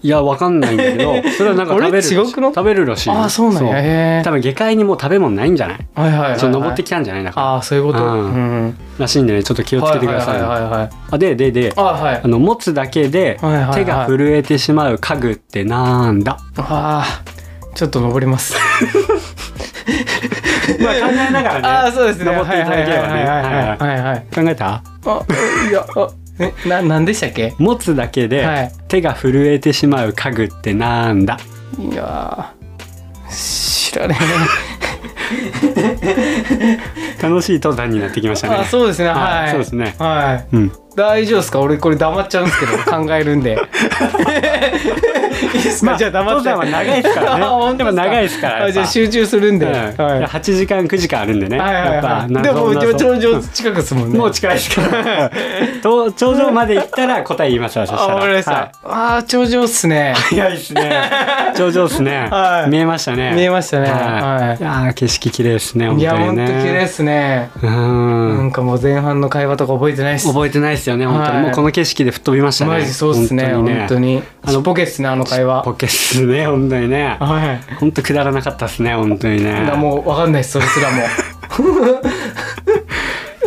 Speaker 2: いやわかんないんだけ どそれはなんか食べるらしい
Speaker 1: あれ違くの
Speaker 2: 食べるらしいよ
Speaker 1: あそうなんやへえ
Speaker 2: 多分下界にもう食べ物ないんじゃない
Speaker 1: はいはいはい、はい、
Speaker 2: それ登ってきたんじゃないだから
Speaker 1: ああそういうこと
Speaker 2: う
Speaker 1: うんん
Speaker 2: らしいんでねちょっと気をつけてください,、
Speaker 1: はいはいはいはい
Speaker 2: あででで
Speaker 1: あはい
Speaker 2: あの持つだけで
Speaker 1: はいはいはい
Speaker 2: 手が震えてしまう家具ってなんだ、
Speaker 1: あーちょっと登ります
Speaker 2: まあ考えなが
Speaker 1: あ
Speaker 2: ら
Speaker 1: あ
Speaker 2: ね
Speaker 1: そうですね
Speaker 2: 登っていただければね
Speaker 1: はいはいはいはいはいはい
Speaker 2: 考えた
Speaker 1: あいやあえななんでしたっけ
Speaker 2: 持つだけ
Speaker 1: は
Speaker 2: で
Speaker 1: い
Speaker 2: 手が震えてしまう家具ってなんだ、
Speaker 1: いやー知らね
Speaker 2: 楽しい登山になってきまし
Speaker 1: え
Speaker 2: たね
Speaker 1: あそうですね
Speaker 2: はい
Speaker 1: はい
Speaker 2: そうですね
Speaker 1: はい
Speaker 2: うん
Speaker 1: 大丈夫ですか俺これ黙っちゃうんですけど考えるん でいいですか、
Speaker 2: まあ
Speaker 1: じゃあ黙っちゃう
Speaker 2: 登山は長いですからね
Speaker 1: あ本当
Speaker 2: でも長いですから
Speaker 1: あじゃあ集中するんで、
Speaker 2: うん
Speaker 1: はい
Speaker 2: 8時間9時間あるんでね、
Speaker 1: はいはい
Speaker 2: やっぱ
Speaker 1: はいで
Speaker 2: 謎
Speaker 1: も
Speaker 2: 々
Speaker 1: 頂上近くですもんね
Speaker 2: もう近いで すから。と頂上まで行ったら答え言いましょう。そし
Speaker 1: あ
Speaker 2: たら。
Speaker 1: わかりました、
Speaker 2: はい
Speaker 1: ああ頂上っすね
Speaker 2: 早いで すね。頂上ですね、
Speaker 1: はい
Speaker 2: 見えましたね。
Speaker 1: 見えましたね
Speaker 2: は
Speaker 1: はい
Speaker 2: い。ああ景色綺麗ですね。本
Speaker 1: いや
Speaker 2: 当
Speaker 1: ほ
Speaker 2: に
Speaker 1: んと
Speaker 2: ね。
Speaker 1: 綺麗ですね、
Speaker 2: うん。
Speaker 1: なんかもう前半の会話とか覚えてないっす
Speaker 2: 覚えてないですよね。本当に、
Speaker 1: はい
Speaker 2: もうこの景色で吹っ飛びましたね。
Speaker 1: マジそうっすね本当に
Speaker 2: あ
Speaker 1: あ
Speaker 2: の
Speaker 1: のポケっすねあの会話
Speaker 2: ポケですね。本当にね。
Speaker 1: はい
Speaker 2: 本当くだらなかったですね。本当にね。
Speaker 1: だもう分かんないっすそれす らも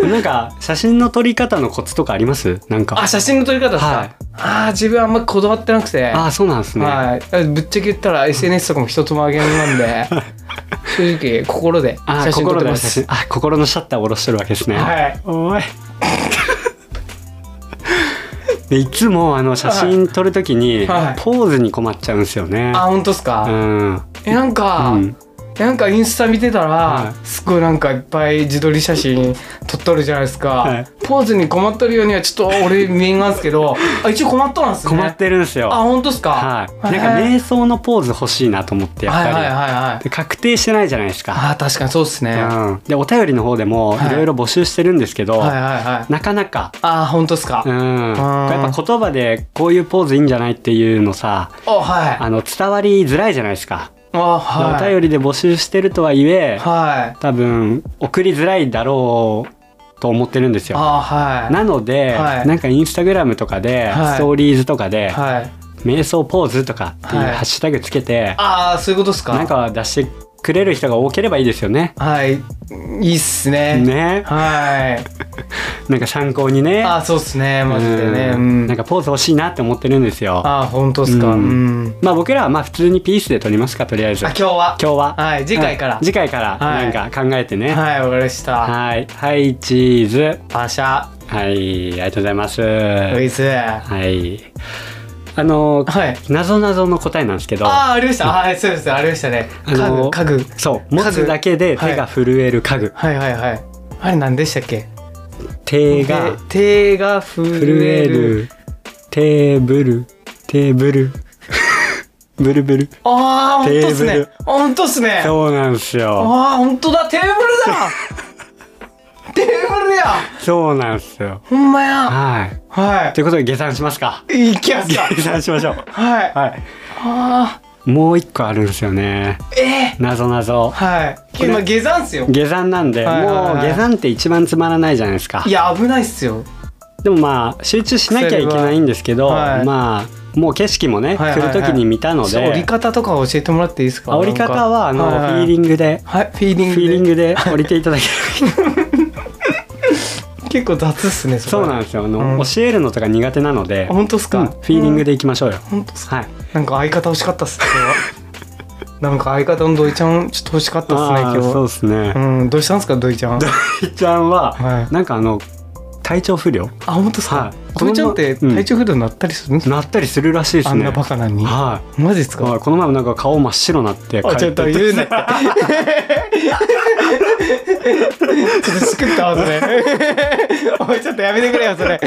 Speaker 2: なんか写真の撮り方のコツとかあります？なんか。
Speaker 1: あ写真の撮り方ですか、
Speaker 2: はい
Speaker 1: ああ自分あんまこだわってなくて
Speaker 2: あーそうなんですね。
Speaker 1: はい、ぶっちゃけ言ったら SNS とかも人ともあげなんで正直心で
Speaker 2: あー
Speaker 1: 写真撮っ
Speaker 2: 心
Speaker 1: て
Speaker 2: の
Speaker 1: ま
Speaker 2: 写
Speaker 1: す
Speaker 2: 真。あ心のシャッターを下ろしてるわけですね。
Speaker 1: はい
Speaker 2: おい。でいつもあの写真撮るときに、
Speaker 1: はい
Speaker 2: ポーズに困っちゃうんですよね。
Speaker 1: あ本当っすか、
Speaker 2: うん。うん。
Speaker 1: えなんか、なんかインスタ見てたら、
Speaker 2: は
Speaker 1: すごいなんかいっぱい自撮り写真撮っとるじゃないですか、
Speaker 2: はい
Speaker 1: ポーズに困っとるようにはちょっと俺見えんがんすけ どあ一応困っとなんすね
Speaker 2: 困ってるんです
Speaker 1: あ
Speaker 2: よ。
Speaker 1: 本当っすか
Speaker 2: はい。なんか
Speaker 1: へー
Speaker 2: 瞑想のポーズ欲しいなと思ってやっぱり。
Speaker 1: はいはいはいはい
Speaker 2: で確定してないじゃないですか。
Speaker 1: あー確かにそうっすね、はい
Speaker 2: うん。でお便りの方でも
Speaker 1: はい
Speaker 2: いろいろ募集してるんですけど、
Speaker 1: はいはい
Speaker 2: なかなか。
Speaker 1: あー本当っすか、
Speaker 2: うん、やっぱ言葉でこういうポーズいいんじゃないっていうのさ
Speaker 1: あはい
Speaker 2: あの伝わりづらいじゃないですか
Speaker 1: あはい
Speaker 2: お便りで募集してるとはいえ、
Speaker 1: はい
Speaker 2: 多分送りづらいだろうと思ってるんですよ。
Speaker 1: あはい
Speaker 2: なので、
Speaker 1: はい
Speaker 2: なんかインスタグラムとかで、
Speaker 1: はい
Speaker 2: ストーリーズとかで、
Speaker 1: はい
Speaker 2: 瞑想ポーズとかっていう
Speaker 1: はい
Speaker 2: ハッシュタグつけて、
Speaker 1: ああそういうことっすか
Speaker 2: なんか出してくれる人が多ければいいですよね。
Speaker 1: はいいいっすね
Speaker 2: ね、
Speaker 1: はい
Speaker 2: なんか参考にね。
Speaker 1: あーそうっすねマジでねう
Speaker 2: う
Speaker 1: んん
Speaker 2: なんかポーズ欲しいなって思ってるんですよ。
Speaker 1: あー本当っすか
Speaker 2: う
Speaker 1: うんん、
Speaker 2: まあ僕らはまあ普通にピースで撮りますかとりあえず。
Speaker 1: あ今
Speaker 2: 今
Speaker 1: 日は
Speaker 2: 日は。
Speaker 1: はい次回から
Speaker 2: うん次回から
Speaker 1: はい
Speaker 2: なんか考えてね。
Speaker 1: はいわかりました
Speaker 2: はい、はい、チーズ。
Speaker 1: パシャ
Speaker 2: はい、ありがとうございます。
Speaker 1: ウィズ
Speaker 2: はい。あの、
Speaker 1: はい
Speaker 2: 謎謎の答えなんですけど、
Speaker 1: あーありましたはいそうですありましたね
Speaker 2: あの
Speaker 1: 家具家具
Speaker 2: そう、
Speaker 1: 家具
Speaker 2: 持つだけで手が震える家具、
Speaker 1: はいはいはいあれ何でしたっけ
Speaker 2: 手が
Speaker 1: で手が震
Speaker 2: 震え
Speaker 1: える
Speaker 2: る、テーブル、テーブル、 ブルブル。
Speaker 1: ああ本当っす
Speaker 2: テーブ
Speaker 1: ね
Speaker 2: ル
Speaker 1: 本当っすね
Speaker 2: そうなんですよ。
Speaker 1: ああ本当だテーブルだ テーブルや
Speaker 2: そうなんですよ。
Speaker 1: ほんまや
Speaker 2: はい。
Speaker 1: は
Speaker 2: ということで、下山しますか。
Speaker 1: いいきやすか
Speaker 2: 下山しましょう。
Speaker 1: はい
Speaker 2: はい。
Speaker 1: あ
Speaker 2: もう一個あるんですよね。
Speaker 1: ーえ
Speaker 2: 謎謎
Speaker 1: ー、。はい
Speaker 2: れ
Speaker 1: 今下山っすよ
Speaker 2: 下山なんで、
Speaker 1: はいはいはい
Speaker 2: もう下山って一番つまらないじゃないですか
Speaker 1: い。や危ないっすよ
Speaker 2: でもまあ集中しなきゃいけないんですけど、
Speaker 1: それははい
Speaker 2: まあもう景色もね、
Speaker 1: はいはいはい
Speaker 2: 来る時に見たので
Speaker 1: そう折り方とか教えてもらっていいですか
Speaker 2: あ折り方はあの、
Speaker 1: なんか
Speaker 2: フィーリングで、
Speaker 1: はいフィーリング
Speaker 2: フィーリン
Speaker 1: で
Speaker 2: グで降りていた だける
Speaker 1: 結構雑っすね
Speaker 2: そうなんんですよあの、
Speaker 1: うん
Speaker 2: 教えるのとか苦手なので、
Speaker 1: 本当っす
Speaker 2: うん
Speaker 1: か
Speaker 2: フィーリングでいきましょうよ、
Speaker 1: 本当っすか
Speaker 2: はい
Speaker 1: なんか相方欲しかったっす今日は なんか相方の土井ちゃんちょっと欲しかったっすね
Speaker 2: あ
Speaker 1: 今
Speaker 2: ー
Speaker 1: 日
Speaker 2: そうですね、
Speaker 1: うんどうしたんすか土井ちゃん
Speaker 2: ひっちゃんは、
Speaker 1: はい
Speaker 2: なんかあの体調不良
Speaker 1: あ本当っす
Speaker 2: は
Speaker 1: か
Speaker 2: い
Speaker 1: 土井ちゃんって
Speaker 2: この
Speaker 1: 体調不良になったりするんですか
Speaker 2: なったりするらしいです
Speaker 1: あん
Speaker 2: ね
Speaker 1: なバカなのに
Speaker 2: は
Speaker 1: マジっす
Speaker 2: い、は
Speaker 1: か
Speaker 2: い、この前もなんか顔真っ白なって
Speaker 1: あちょっと
Speaker 2: 帰
Speaker 1: 言うなって ちょっとしくったわそれ おいちょっとやめてくれよそれ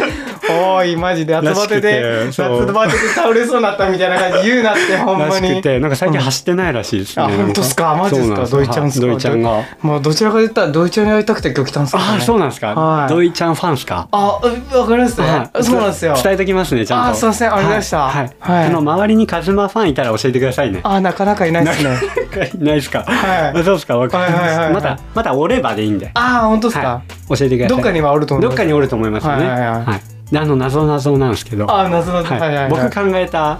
Speaker 1: おいマジで夏バテで
Speaker 2: らし
Speaker 1: 夏
Speaker 2: くてそう
Speaker 1: バテで倒れそうになったみたいな感じ言うなってほん
Speaker 2: ら
Speaker 1: ま
Speaker 2: し
Speaker 1: に
Speaker 2: くてなんか最近走ってないらしいですね、
Speaker 1: あ本当っすかマジっすか
Speaker 2: そう
Speaker 1: ド
Speaker 2: な
Speaker 1: イちゃんっすか
Speaker 2: はいドイちゃんが
Speaker 1: もうどちらかで言ったらドイちゃんに会いたくて今日来たんですけど、ね、
Speaker 2: ああ、そう
Speaker 1: う
Speaker 2: なんですか。
Speaker 1: はい
Speaker 2: ドイちゃんファンですか。
Speaker 1: あうわかりますね、
Speaker 2: はい
Speaker 1: そうなんですよ
Speaker 2: 伝えときますね、ちゃんと。
Speaker 1: あーすいませんありがとうございました
Speaker 2: はい。
Speaker 1: はい
Speaker 2: あの周りにカズマファンいたら教えてくださいね。
Speaker 1: あなかなかいないですね
Speaker 2: い ないですか。
Speaker 1: はい
Speaker 2: あそうですか。わかりま
Speaker 1: はいはいはい
Speaker 2: し
Speaker 1: は
Speaker 2: た。
Speaker 1: い
Speaker 2: またまた折ればでいいんで。
Speaker 1: ああ本当っすか、
Speaker 2: はい。教えてください。
Speaker 1: どっかにはおると思い
Speaker 2: どっ
Speaker 1: ます
Speaker 2: かにおると思いますよね。
Speaker 1: はいはいはい
Speaker 2: い。であの謎謎なんですけど。
Speaker 1: ああ謎々はいはいはい
Speaker 2: 僕考えた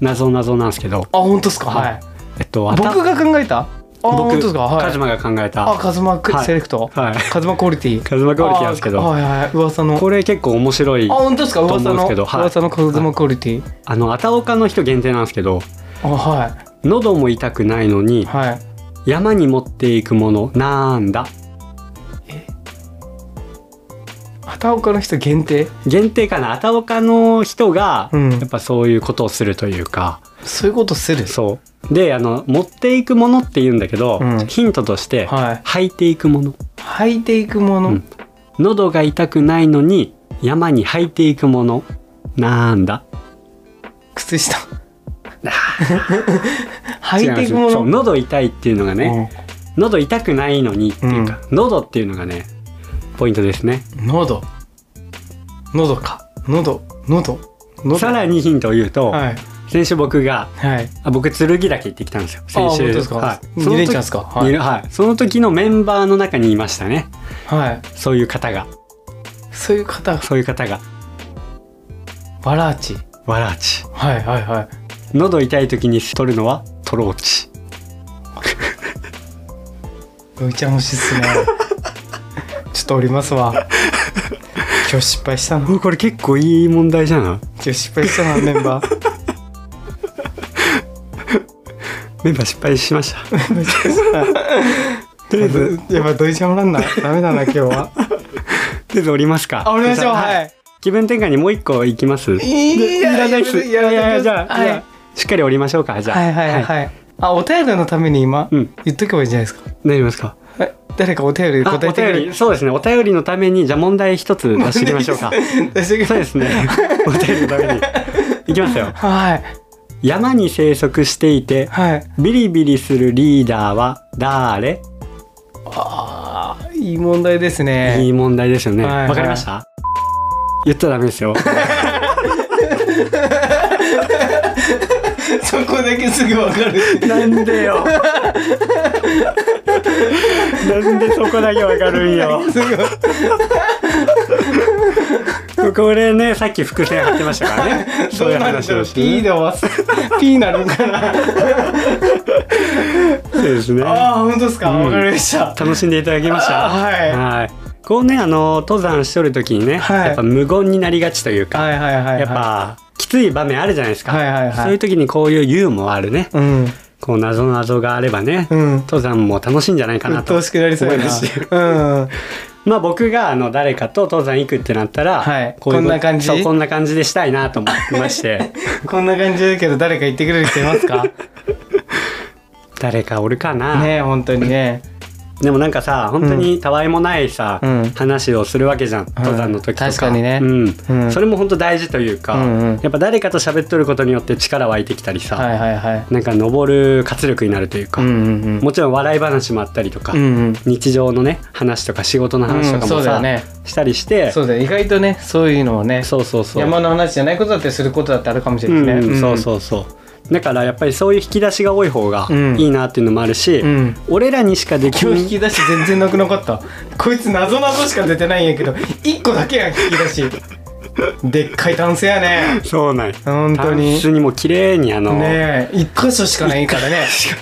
Speaker 2: 謎謎なんですけど。
Speaker 1: あ本当っすかはい、
Speaker 2: えっとあた
Speaker 1: 僕が考えたあ本当
Speaker 2: 僕
Speaker 1: ですかはい
Speaker 2: カズマが考え
Speaker 1: あ
Speaker 2: た。
Speaker 1: カズマク
Speaker 2: はい
Speaker 1: セレクト、
Speaker 2: はい
Speaker 1: カズマクオリティ
Speaker 2: カズマクオリティなんですけ
Speaker 1: あ
Speaker 2: ど。
Speaker 1: はいはい噂の
Speaker 2: これ結構面白い
Speaker 1: あ。本当ですか
Speaker 2: と思うん
Speaker 1: 噂
Speaker 2: です
Speaker 1: の
Speaker 2: けどはい
Speaker 1: 噂のカズマクオリティ
Speaker 2: あのアタオカの人限定なんですけど。
Speaker 1: あはい
Speaker 2: 喉も痛くないのに
Speaker 1: はい
Speaker 2: 山に持っていくものなんだ
Speaker 1: 畑岡の人限定
Speaker 2: 限定かなあたおかの人が
Speaker 1: うん
Speaker 2: やっぱそういうことをするというか、
Speaker 1: そういうことする
Speaker 2: そうであの持っていくものって言うんだけど、
Speaker 1: うん
Speaker 2: ヒントとして、
Speaker 1: は
Speaker 2: 履いていくもの
Speaker 1: い履いていくもの、
Speaker 2: うん喉が痛くないのに山に履いていくものなんだ
Speaker 1: 靴下 履いていく
Speaker 2: 違う
Speaker 1: も
Speaker 2: そう
Speaker 1: の
Speaker 2: 喉痛いっていうのがね、喉痛くないのにっていうか、喉っていうのがねポイントですね
Speaker 1: うん喉喉か喉喉喉
Speaker 2: さらにヒントを言うと、
Speaker 1: はい
Speaker 2: 先週僕が
Speaker 1: はい
Speaker 2: あ僕剣岳行ってきたんですよ先
Speaker 1: あ本
Speaker 2: 週
Speaker 1: 当ですか
Speaker 2: はい、
Speaker 1: 二連チャン
Speaker 2: その時
Speaker 1: ですかはい
Speaker 2: 二連はいその時のメンバーの中にいましたね
Speaker 1: はい
Speaker 2: そういう方が
Speaker 1: そういう方が
Speaker 2: そういう方が
Speaker 1: バラーチ
Speaker 2: わらち
Speaker 1: はいはいはい
Speaker 2: 喉痛い時に取るのはトローチ
Speaker 1: ロイちゃん欲しいっ すねちょっとおりますわ今日失敗したな今
Speaker 2: うわこれ結構いい問題じゃない
Speaker 1: 日失敗したなメンバー
Speaker 2: メンバー失敗しましたとりあえず
Speaker 1: やっぱドイちゃんおらんなダメだな今日は
Speaker 2: とりあえず降りますか
Speaker 1: あお願いします
Speaker 2: い
Speaker 1: はい
Speaker 2: 気分転換にもう一個いきます
Speaker 1: い
Speaker 2: で
Speaker 1: や
Speaker 2: らないっすい
Speaker 1: いや
Speaker 2: やいや
Speaker 1: いや
Speaker 2: じゃあ、
Speaker 1: はい
Speaker 2: じゃあしっかり降りましょうかじゃあ
Speaker 1: はいはいはい、あお便りのために今、
Speaker 2: うん
Speaker 1: 言っとけばいいんじゃないですか
Speaker 2: なりますか
Speaker 1: え誰かお便り
Speaker 2: あ
Speaker 1: 答え
Speaker 2: お
Speaker 1: てくれ
Speaker 2: 便りそうですねお便りのためにじゃあ問題一つ出していきまし ょうか
Speaker 1: 出してく
Speaker 2: そう
Speaker 1: れ
Speaker 2: ですねお便りのためにいきますよ
Speaker 1: はい
Speaker 2: 山に生息していて
Speaker 1: はい
Speaker 2: ビリビリするリーダーは誰
Speaker 1: あーいい問題です
Speaker 2: い
Speaker 1: ね
Speaker 2: い問題ですよね。
Speaker 1: はいはい
Speaker 2: わかりました。言っちゃダメですよ。
Speaker 1: そこだけすぐわかる
Speaker 2: なんでよ。なんでそこだけわかるんよ。
Speaker 1: すぐ
Speaker 2: これね、さっき伏線張ってましたからね。そういう話をして、
Speaker 1: ピー
Speaker 2: ね。
Speaker 1: で終わすピーなるかな
Speaker 2: そうですね。
Speaker 1: ああ本当ですか
Speaker 2: うん
Speaker 1: わかりました
Speaker 2: 楽しんでいただきました。
Speaker 1: あはい
Speaker 2: はい。こうね、あの登山しとる時にね、
Speaker 1: はい
Speaker 2: やっぱ無言になりがちというか、
Speaker 1: はいはいはいはい
Speaker 2: やっぱきつい場面あるじゃないですか。
Speaker 1: はいはいはい
Speaker 2: そういう時にこういうユーモアあるね、
Speaker 1: うん
Speaker 2: こう謎謎があればね、
Speaker 1: うん
Speaker 2: 登山も楽しいんじゃないかな
Speaker 1: 鬱
Speaker 2: と。
Speaker 1: 陶しくなりそうや
Speaker 2: 思い
Speaker 1: な
Speaker 2: ます
Speaker 1: うん
Speaker 2: まあ僕があの誰かと登山行くってなったら、
Speaker 1: はい
Speaker 2: いう
Speaker 1: こんな感じ
Speaker 2: そうこんな感じでしたいなと思いまして
Speaker 1: こんな感じだけど誰か言ってくれる人います か
Speaker 2: 誰かおるかな、
Speaker 1: ねえ本当にね
Speaker 2: でもなんかさ本当にたわいもないさ、
Speaker 1: うん
Speaker 2: 話をするわけじゃん、登山の時とか
Speaker 1: 確かにね
Speaker 2: うん
Speaker 1: うん
Speaker 2: それも本当大事というか、
Speaker 1: うんうん
Speaker 2: やっぱ誰かと喋っとることによって力湧いてきたりさ、
Speaker 1: はいはいはい
Speaker 2: なんか登る活力になるというか、
Speaker 1: うんうんうん
Speaker 2: もちろん笑い話もあったりとか、
Speaker 1: うんうん
Speaker 2: 日常のね話とか仕事の話とか
Speaker 1: うんそ
Speaker 2: も
Speaker 1: うだ
Speaker 2: さ、
Speaker 1: よね
Speaker 2: したりして
Speaker 1: そうだよ意外とねそういうのをね
Speaker 2: そうそうそう
Speaker 1: 山の話じゃないことだってすることだってあるかもしれないですね、
Speaker 2: うん、そう
Speaker 1: う
Speaker 2: そうそうだからやっぱりそういう引き出しが多い方が
Speaker 1: うん
Speaker 2: いいなっていうのもあるし、
Speaker 1: うん
Speaker 2: 俺らにしかでき
Speaker 1: 今
Speaker 2: な
Speaker 1: 日引
Speaker 2: い
Speaker 1: き出し全然なくなかったこいつ謎謎しか出てないんやけど1個だけやん引き出しでっかいタンスやね
Speaker 2: そうなんや
Speaker 1: 本当
Speaker 2: タン
Speaker 1: に
Speaker 2: スにも綺麗にあの、
Speaker 1: ねえ1箇所しかないからね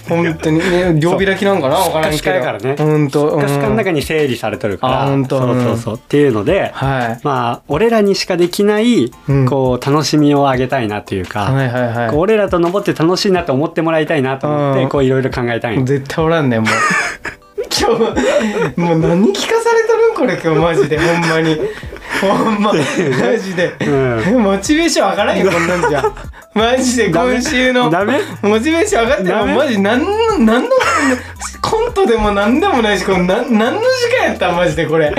Speaker 1: 本当にね両開きなんかなわからんけど
Speaker 2: スカスカやからね
Speaker 1: 本当
Speaker 2: スカスカの
Speaker 1: うん
Speaker 2: 中に整理されてるから、
Speaker 1: あほんと
Speaker 2: そうそうそうっていうので、
Speaker 1: はい
Speaker 2: まあ俺らにしかできない
Speaker 1: うん
Speaker 2: こう楽しみをあげたいなというか、
Speaker 1: はいはい
Speaker 2: こう
Speaker 1: は
Speaker 2: 俺らと登って楽しいなと思ってもらいたいなと思って、
Speaker 1: うん
Speaker 2: こういろいろ考えたい
Speaker 1: い
Speaker 2: の
Speaker 1: 絶対おらんねん もう今日もう何聞かされとるんこれ今日マジでほんまにほんまマジで、
Speaker 2: ん
Speaker 1: えモチベーション上がらんよこんなんじゃマジで今週の
Speaker 2: ダメ
Speaker 1: モチベーション上がってる
Speaker 2: ダ
Speaker 1: の
Speaker 2: メ
Speaker 1: マジ何の何のコントでも何でもないしこれ何何の時間やったんマジでこれ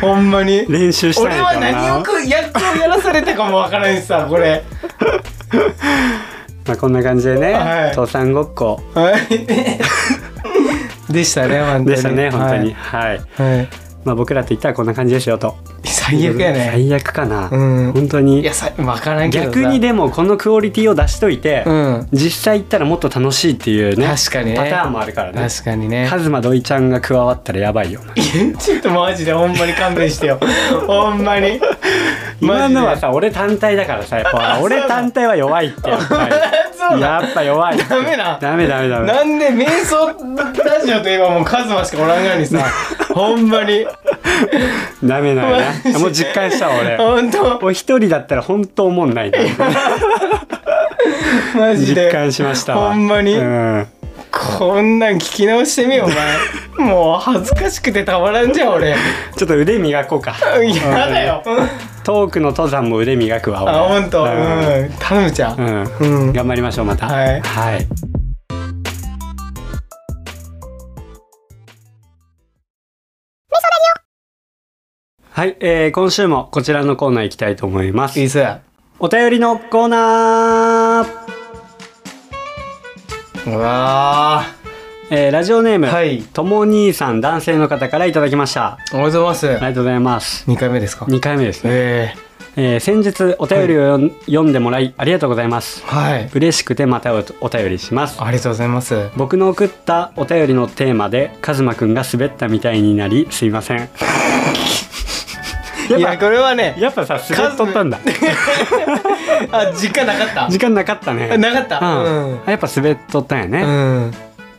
Speaker 1: ほんまに
Speaker 2: 練習したい
Speaker 1: 俺
Speaker 2: の
Speaker 1: は
Speaker 2: かな
Speaker 1: 何をくやっとやらされたかもわからんしさこれ
Speaker 2: まあ、こんな感じでね、
Speaker 1: はい
Speaker 2: 父さんごっこ
Speaker 1: はい でしたね本当に
Speaker 2: でしたね本当にはい
Speaker 1: はい、はい
Speaker 2: まあ、僕らと言ったらこんな感じですよと
Speaker 1: 最悪やね
Speaker 2: 最悪かな、
Speaker 1: うん
Speaker 2: 本当に
Speaker 1: いやさ分からんけどさ
Speaker 2: 逆にでもこのクオリティを出しといて、
Speaker 1: うん
Speaker 2: 実際行ったらもっと楽しいっていうね
Speaker 1: 確かにね
Speaker 2: パターンもあるからね
Speaker 1: 確かにね
Speaker 2: カズマドイちゃんが加わったらやばいよ
Speaker 1: いやちょっとマジでほんまに勘弁してよ ほんまに
Speaker 2: 今
Speaker 1: マジで
Speaker 2: のはさ俺単体だからさや っぱ俺単体は弱いってやっぱ
Speaker 1: そう
Speaker 2: り
Speaker 1: だ
Speaker 2: やっぱ弱いって
Speaker 1: ダメな
Speaker 2: ダメダメダメ
Speaker 1: なんで瞑想ラジオといえばもうカズマしかおらんようにさ ほんまに
Speaker 2: ダメだよ
Speaker 1: マジ
Speaker 2: ね
Speaker 1: で
Speaker 2: もう実感したわ俺
Speaker 1: ほんと
Speaker 2: 俺一人だったら本当思んないな
Speaker 1: マジで
Speaker 2: 実感しましたわ
Speaker 1: ほんまに、
Speaker 2: うん
Speaker 1: こんなん聞き直してみよお前 もう恥ずかしくてたまらんじゃん俺
Speaker 2: ちょっと腕磨こうか
Speaker 1: やだよ
Speaker 2: トークの登山も腕磨くわ俺
Speaker 1: あほんとう
Speaker 2: うん
Speaker 1: ん頼むちゃん
Speaker 2: う
Speaker 1: うん、
Speaker 2: ん頑張りましょうまた
Speaker 1: はい
Speaker 2: はいはい、えー今週もこちらのコーナー行きたいと思います
Speaker 1: いいっすう
Speaker 2: お便りのコーナー、
Speaker 1: わ
Speaker 2: えーラジオネーム、
Speaker 1: ーはい
Speaker 2: とも兄さん男性の方からいただきましたあ
Speaker 1: おはようございます、
Speaker 2: りがとうございます
Speaker 1: 二回目ですか
Speaker 2: 2回目ですね、
Speaker 1: え
Speaker 2: えー先日お便りをよん、読んでもらいありがとうございます
Speaker 1: えはい
Speaker 2: 嬉しくてまたおお便りします
Speaker 1: ありがとうございます
Speaker 2: 僕の送ったお便りのテーマでカズマくんが滑ったみたいになりす いませんやっぱ
Speaker 1: いやこれはね
Speaker 2: やっぱさ滑っとったんだ
Speaker 1: あ実家なかった
Speaker 2: 時間なかったね
Speaker 1: なかった
Speaker 2: うん
Speaker 1: うん
Speaker 2: やっぱ滑っとったんやね、
Speaker 1: うん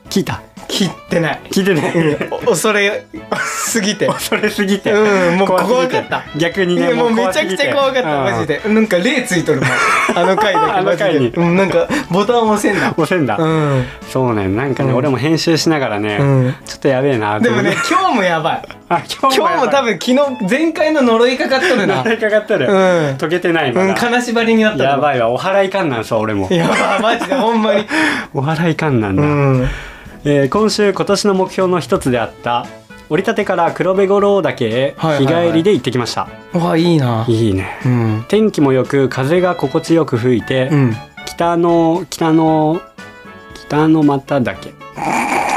Speaker 2: 聞いた
Speaker 1: 切ってない
Speaker 2: 聞いて ね
Speaker 1: お恐れすぎて
Speaker 2: 恐れすぎて
Speaker 1: うんもう
Speaker 2: 怖すぎて
Speaker 1: 怖かった
Speaker 2: 逆に
Speaker 1: い
Speaker 2: ね
Speaker 1: やもうめ
Speaker 2: 怖
Speaker 1: ち
Speaker 2: す
Speaker 1: ゃ
Speaker 2: ぎ
Speaker 1: く
Speaker 2: て
Speaker 1: ちゃ怖かった
Speaker 2: うん
Speaker 1: マジでなんか霊ついとるもん あの回だ
Speaker 2: あ
Speaker 1: け
Speaker 2: の
Speaker 1: マジ
Speaker 2: 回に
Speaker 1: でうんなんかボタン押せんな
Speaker 2: 押せんだ、
Speaker 1: うん
Speaker 2: そうねなんかね、
Speaker 1: うん
Speaker 2: 俺も編集しながらね、
Speaker 1: うん
Speaker 2: ちょっとやべえな
Speaker 1: で
Speaker 2: と思
Speaker 1: も
Speaker 2: って
Speaker 1: ね今日もやばい
Speaker 2: あ今日も
Speaker 1: 今日
Speaker 2: やばい
Speaker 1: も多分昨日前回の呪いかかっとるな
Speaker 2: 呪いかかってる、
Speaker 1: うん
Speaker 2: 溶けてないま
Speaker 1: うん
Speaker 2: だ、
Speaker 1: 金縛りになった
Speaker 2: や
Speaker 1: い
Speaker 2: ばいわお祓いかんなんさ俺も
Speaker 1: やばいマジでほんまに
Speaker 2: お祓いかんなんだ、
Speaker 1: うん
Speaker 2: えー今週今年の目標の一つであった折りたてから黒部五郎岳へ
Speaker 1: はいは
Speaker 2: 日
Speaker 1: いはい
Speaker 2: 帰りで行ってきました、
Speaker 1: うわいいない
Speaker 2: いね
Speaker 1: うん
Speaker 2: 天気もよく風が心地よく吹いて、
Speaker 1: うん
Speaker 2: 北の北の北の股だけ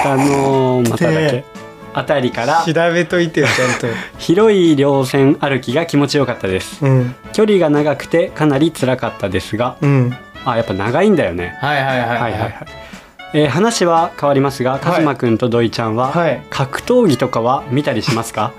Speaker 2: 北の股だけ
Speaker 1: ね
Speaker 2: あたりから
Speaker 1: 調べといてよちゃんと
Speaker 2: 広い稜線歩きが気持ちよかったです
Speaker 1: うん
Speaker 2: 距離が長くてかなり辛かったですが
Speaker 1: うんは
Speaker 2: あやっぱ長いんだよね
Speaker 1: いはいはい
Speaker 2: はいはいはい、えー話は変わりますがカズマくんと土井ちゃんは、
Speaker 1: はい
Speaker 2: 格闘技とかは見たりしますか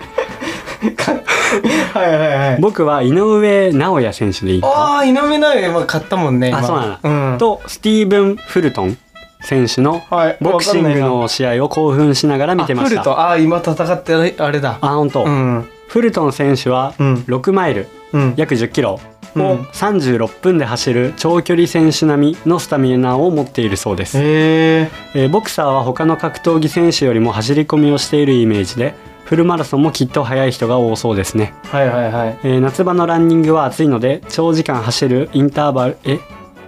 Speaker 1: はいはいはい
Speaker 2: 僕は井上尚弥選手でいいか
Speaker 1: ああ井上尚弥は買ったもんね今
Speaker 2: あそうなんだ
Speaker 1: うん
Speaker 2: とスティーブン・フルトン選手の
Speaker 1: はい
Speaker 2: ボクシング
Speaker 1: わかんないな
Speaker 2: の試合を興奮しながら見てまし
Speaker 1: あフル
Speaker 2: た
Speaker 1: とああ今戦ってあれあれだ
Speaker 2: あ本当、
Speaker 1: うん
Speaker 2: フルトン選手は
Speaker 1: うん
Speaker 2: 6マイル
Speaker 1: うん
Speaker 2: 約1 0キロを
Speaker 1: うん
Speaker 2: 36分で走る長距離選手並みのスタミナを持っているそうです、
Speaker 1: へえ
Speaker 2: えーボクサーは他の格闘技選手よりも走り込みをしているイメージでフルマラソンもきっと速い人が多そうですね、
Speaker 1: はいはいはい
Speaker 2: えー夏場のランニングは暑いので長時間走るインターバルえ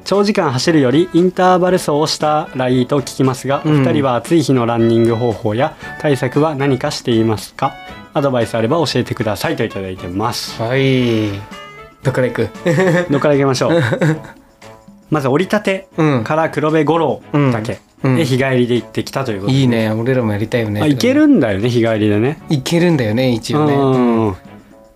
Speaker 2: 長時間走るよりインターバル走をしたらいいと聞きますが、お
Speaker 1: うん
Speaker 2: 二人は暑い日のランニング方法や対策は何かしていますかアドバイスあれば教えてくださいといただいてます
Speaker 1: はいどっから行く
Speaker 2: どっからいきま しょうまず折りたて
Speaker 1: うん
Speaker 2: から黒部五郎だけ、
Speaker 1: うんうん
Speaker 2: で日帰りで行ってきたということで
Speaker 1: いいね俺らもやりたいよね
Speaker 2: あ行けるんだよね日帰りでね
Speaker 1: いけるんだよね一応ね
Speaker 2: うん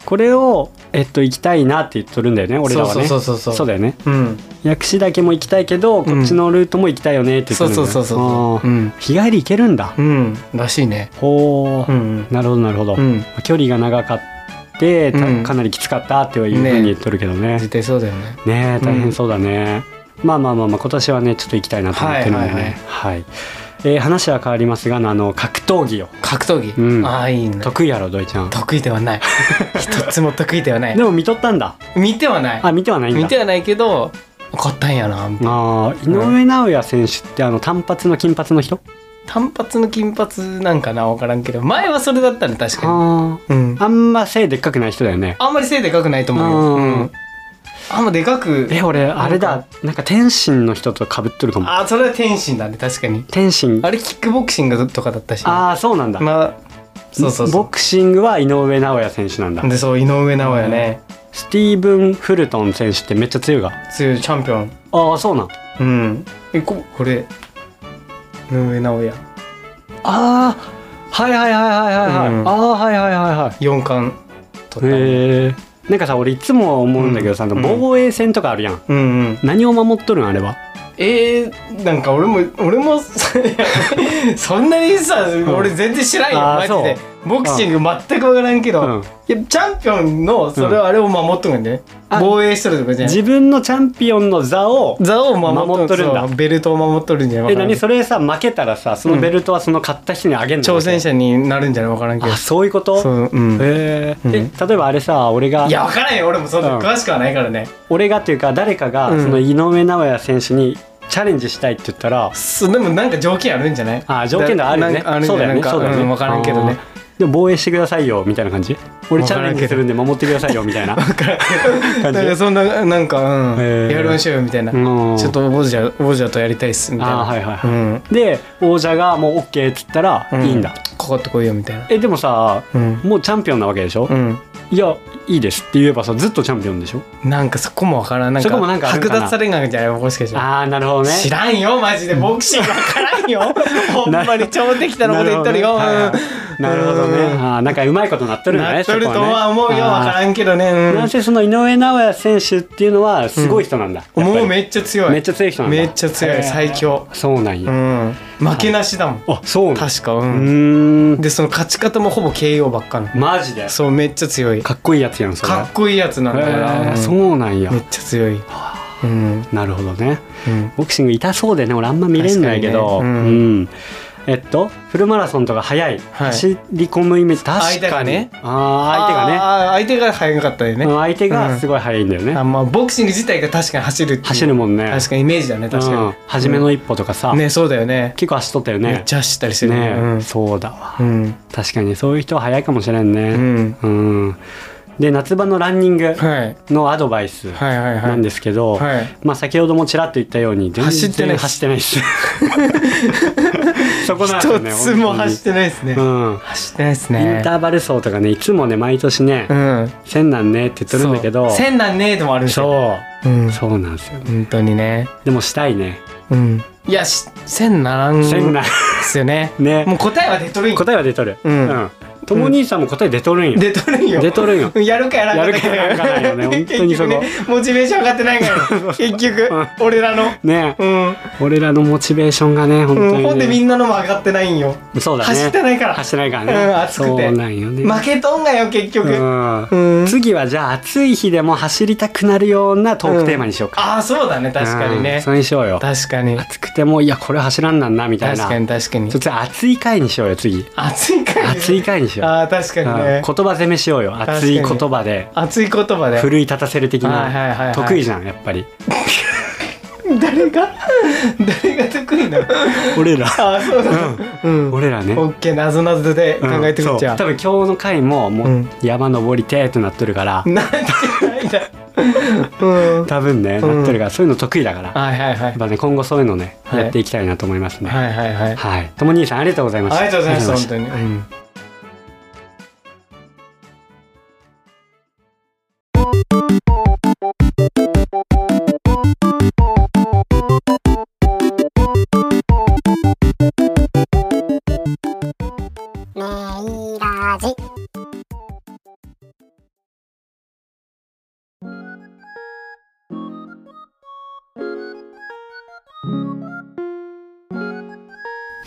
Speaker 2: これを、えっと、行きたいなって言っとるんだよね俺らはね
Speaker 1: そうそうそうそう
Speaker 2: そうだよね
Speaker 1: うん
Speaker 2: 薬師岳も行きたいけどこっちのルートも行きたいよねって言っ
Speaker 1: そ
Speaker 2: と
Speaker 1: う
Speaker 2: るんだ
Speaker 1: そ
Speaker 2: よ
Speaker 1: うそ
Speaker 2: ね
Speaker 1: うそう
Speaker 2: あ
Speaker 1: う
Speaker 2: ー
Speaker 1: ん
Speaker 2: 日帰り行けるんだ
Speaker 1: うんらしいね
Speaker 2: ほう、
Speaker 1: うん
Speaker 2: なるほどなるほど、
Speaker 1: うん
Speaker 2: 距離が長かってた
Speaker 1: うん
Speaker 2: かなりきつかったっていうふうに言っとるけどね
Speaker 1: 絶対そうだよね
Speaker 2: ねえ大変そうだね、まあまあまあまあ今年はねちょっと行きたいなと思ってるんでね
Speaker 1: はいはいはい
Speaker 2: はいえー話は変わりますがあの格闘技を
Speaker 1: 格闘技、
Speaker 2: うん
Speaker 1: ああいいね
Speaker 2: 得意やろ土井ちゃん
Speaker 1: 得意ではない 一つも得意ではない
Speaker 2: でも見とったんだ
Speaker 1: 見てはない
Speaker 2: あ見てはないんだ
Speaker 1: 見てはないけど買ったんやなみたいな
Speaker 2: あー井上尚弥選手ってあの短髪の金髪の人
Speaker 1: 単発の金髪なんかな分からんけど前はそれだったね確か
Speaker 2: あ
Speaker 1: に、うん
Speaker 2: ー、あんま背でっかくない人だよね
Speaker 1: あんまり背でかくないと思うよ、
Speaker 2: う
Speaker 1: うんん、あんまでかく
Speaker 2: え俺あれだなんか天心の人とかぶっとるかも
Speaker 1: あそれは天心だね確かに
Speaker 2: 天心
Speaker 1: あれキックボクシングとかだったし、
Speaker 2: ああそうなんだ、
Speaker 1: まあそうそう
Speaker 2: ボ
Speaker 1: そ
Speaker 2: クシングは井上尚弥選手なんだ
Speaker 1: うでそう井上尚弥ね、
Speaker 2: スティーブン・フルトン選手ってめっちゃ強いが
Speaker 1: 強いチャンピオン
Speaker 2: ああそうなん
Speaker 1: うんえここれ井上尚弥
Speaker 2: ああはいはいはいはいはいはい、
Speaker 1: うん
Speaker 2: ああはいはいはいはい
Speaker 1: 四冠取ったね
Speaker 2: へえなんかさ俺いつも思うんだけどさ、
Speaker 1: うん
Speaker 2: あの防衛戦とかあるやん
Speaker 1: うんうん
Speaker 2: 何を守っとるんあれは
Speaker 1: えー、なんか俺も俺も そんなにさ、俺全然知らんよ
Speaker 2: あー
Speaker 1: マジでボクシング全く分からんけど、
Speaker 2: うん
Speaker 1: いやチャンピオンのそれはあれを守っとくんで、ね
Speaker 2: あ
Speaker 1: 防衛しとるとかじゃない
Speaker 2: 自分のチャンピオンの座を
Speaker 1: 座を守っ
Speaker 2: 守っとるんだ
Speaker 1: そうベルトを守っとるんじゃないわ
Speaker 2: え
Speaker 1: からん
Speaker 2: 何それさ負けたらさそのベルトはその勝った人にあげんの、
Speaker 1: 挑戦者になるんじゃない分からんけど
Speaker 2: あそういうこと
Speaker 1: そううん
Speaker 2: へえ、
Speaker 1: うん
Speaker 2: え例えばあれさ俺が
Speaker 1: いや分からんよ俺もそん
Speaker 2: う
Speaker 1: なん詳しくはないからね、
Speaker 2: 俺がっていうか誰かが、
Speaker 1: うん
Speaker 2: その井上尚弥選手にチャレンジしたいって言ったら
Speaker 1: そうでもなんか条件あるんじゃない
Speaker 2: あ条件があるよね
Speaker 1: だなんかあるんじ
Speaker 2: そ
Speaker 1: ゃ
Speaker 2: うだ
Speaker 1: な
Speaker 2: よ
Speaker 1: い
Speaker 2: ね
Speaker 1: か
Speaker 2: そうだよね、
Speaker 1: うん分からんけどね
Speaker 2: あーでも防衛してくださいよみたいな感じ俺チャレンジするんで守ってくださいよみたいな
Speaker 1: だ
Speaker 2: 感
Speaker 1: か
Speaker 2: じ
Speaker 1: らそんななんか、う
Speaker 2: へ
Speaker 1: ん、
Speaker 2: ー
Speaker 1: やりましょうよみたいな、
Speaker 2: うん
Speaker 1: ちょっと王者王者とやりたいっすみたいな
Speaker 2: あーはいはい
Speaker 1: う
Speaker 2: はい
Speaker 1: ん
Speaker 2: で王者がもう OK っつったらいいんだ、
Speaker 1: こかかってこいよみたいな
Speaker 2: えでもさ
Speaker 1: うん
Speaker 2: もうチャンピオンなわけでしょ、
Speaker 1: うん
Speaker 2: いやいいですって言えばさずっとチャンピオンでしょ
Speaker 1: なんかそこもわからんなんか
Speaker 2: そこもなんかある
Speaker 1: 剥
Speaker 2: かな
Speaker 1: 奪されんがんじゃないもしかしたら
Speaker 2: ああなるほどね
Speaker 1: 知らんよマジでボクシングわからん よほんまに超適当なこと言っとるよ
Speaker 2: なるほどねはいはいなるほどね
Speaker 1: うん
Speaker 2: あーなんかうまいことなっと
Speaker 1: うん
Speaker 2: るよね
Speaker 1: なっとる
Speaker 2: そこと
Speaker 1: は思うよわから
Speaker 2: ね
Speaker 1: んけどね
Speaker 2: あ
Speaker 1: う
Speaker 2: ー
Speaker 1: ん
Speaker 2: なんせその井上尚弥選手っていうのはすごい人なんだ、やっぱ
Speaker 1: も
Speaker 2: り
Speaker 1: うめっちゃ強い
Speaker 2: めっちゃ強い人なんだ
Speaker 1: めっちゃ強
Speaker 2: へー
Speaker 1: い最強
Speaker 2: そうなん
Speaker 1: う
Speaker 2: や、
Speaker 1: ん負けなしだもん
Speaker 2: あそうなんだ
Speaker 1: 確かう
Speaker 2: うんーん
Speaker 1: でその勝ち方もほぼ KO ばっかの
Speaker 2: マジで
Speaker 1: そうめっちゃ強いか
Speaker 2: かっこいいやつやんそれ
Speaker 1: っこいいやつなんだから
Speaker 2: へー
Speaker 1: うん
Speaker 2: そうなんや
Speaker 1: めっちゃ強いうん
Speaker 2: なるほどね
Speaker 1: うん
Speaker 2: ボクシング痛そうでね俺あんま見れんないけど、
Speaker 1: 確かにね
Speaker 2: う
Speaker 1: うんん
Speaker 2: えっとフルマラソンとか速い、
Speaker 1: はい
Speaker 2: 走り込むイメージ確
Speaker 1: 相
Speaker 2: かに
Speaker 1: 手がね
Speaker 2: あ
Speaker 1: あー相手が速かったよ
Speaker 2: ー相手がね
Speaker 1: ね
Speaker 2: うん相手がすごい速いんだよね、
Speaker 1: あまあボクシング自体が確かに走るっていう
Speaker 2: 走るもんね
Speaker 1: 確かにイメージだね確かに、
Speaker 2: うん、初めの一歩とかさ、
Speaker 1: ねそうだよね
Speaker 2: 結構走っとったよね
Speaker 1: めっちゃ走ったりしてる
Speaker 2: ね、
Speaker 1: うん
Speaker 2: そうだわ
Speaker 1: うん
Speaker 2: 確かにそういう人は速いかもしれん
Speaker 1: う
Speaker 2: ね
Speaker 1: ん
Speaker 2: うん、で夏場のランニング
Speaker 1: はい
Speaker 2: のアドバイス
Speaker 1: はいはいはい
Speaker 2: なんですけど、
Speaker 1: はい
Speaker 2: まあ先ほどもちらっと言ったように全然
Speaker 1: 走ってない
Speaker 2: 走ってないです そこなんですよね
Speaker 1: 一つも走ってないですね、
Speaker 2: うん
Speaker 1: 走ってないです
Speaker 2: イン
Speaker 1: ね
Speaker 2: ターバル走とかねいつもね毎年ね
Speaker 1: うん
Speaker 2: 「千なんね」って言ってるんだけど
Speaker 1: そう
Speaker 2: そ
Speaker 1: 千なんねえでもあるんですよ
Speaker 2: う
Speaker 1: うん
Speaker 2: そうなんですよね
Speaker 1: 本当にね
Speaker 2: でもしたいね
Speaker 1: うんいやし千ならん
Speaker 2: 「千な
Speaker 1: で
Speaker 2: ん
Speaker 1: すよね
Speaker 2: ね
Speaker 1: もう答えは出とるんよ
Speaker 2: 答えは出とる
Speaker 1: うん
Speaker 2: とも兄さんも答え出とるんよ
Speaker 1: 出とるんよ
Speaker 2: 出とるんよ
Speaker 1: やるかやらんかだけ
Speaker 2: やるかやらんかだよね本当にそこ
Speaker 1: 結局ねモチベーション上がって ないから結局
Speaker 2: う
Speaker 1: 俺らの
Speaker 2: ね
Speaker 1: うん
Speaker 2: 俺らのモチベーションがね本当
Speaker 1: うん、ほんで
Speaker 2: に
Speaker 1: み
Speaker 2: ね
Speaker 1: んなのも上がってないんよ、
Speaker 2: そうだね
Speaker 1: 走ってないから
Speaker 2: 走ってないから
Speaker 1: うん
Speaker 2: ね
Speaker 1: 暑くて
Speaker 2: そうなんよね
Speaker 1: 負けとんがよ結局、
Speaker 2: う
Speaker 1: うんん
Speaker 2: 次はじゃあ暑い日でも走りたくなるようなトークテーマにしようか
Speaker 1: ああそうだね確かに
Speaker 2: うん
Speaker 1: ね
Speaker 2: それにしようよ
Speaker 1: 確かに
Speaker 2: 暑くてもいやこれ走らんなんなみたい
Speaker 1: 確
Speaker 2: な
Speaker 1: かに確かに
Speaker 2: そっち暑い回にしようよ次
Speaker 1: 暑いから
Speaker 2: 暑い回にしよう
Speaker 1: ああ確かに
Speaker 2: うん言
Speaker 1: ね
Speaker 2: 葉攻めしようよ熱い言葉で
Speaker 1: 暑い言葉で
Speaker 2: 奮い立たせる的
Speaker 1: はいはいはいは
Speaker 2: ない得意じゃんやっぱり
Speaker 1: 誰が 誰が得意なの
Speaker 2: 俺ら
Speaker 1: ああそうだうん、
Speaker 2: 俺らね
Speaker 1: オッケーなぞなぞで考えてく
Speaker 2: う
Speaker 1: っ
Speaker 2: ん
Speaker 1: ち
Speaker 2: そ
Speaker 1: ゃ
Speaker 2: う多分今日の回もも
Speaker 1: う
Speaker 2: うん山登りてーってなっとるから
Speaker 1: う なんてないだうん
Speaker 2: 多分ねなっ
Speaker 1: うん
Speaker 2: とるからそういうの得意だからや
Speaker 1: はいはいはい
Speaker 2: っぱね今後そういうのね
Speaker 1: はい
Speaker 2: やっていきたいなと思いますね
Speaker 1: はいはいはい
Speaker 2: はいとも兄さんありがとうございました
Speaker 1: ありがとうございました本当に、
Speaker 2: うん
Speaker 3: メイラジ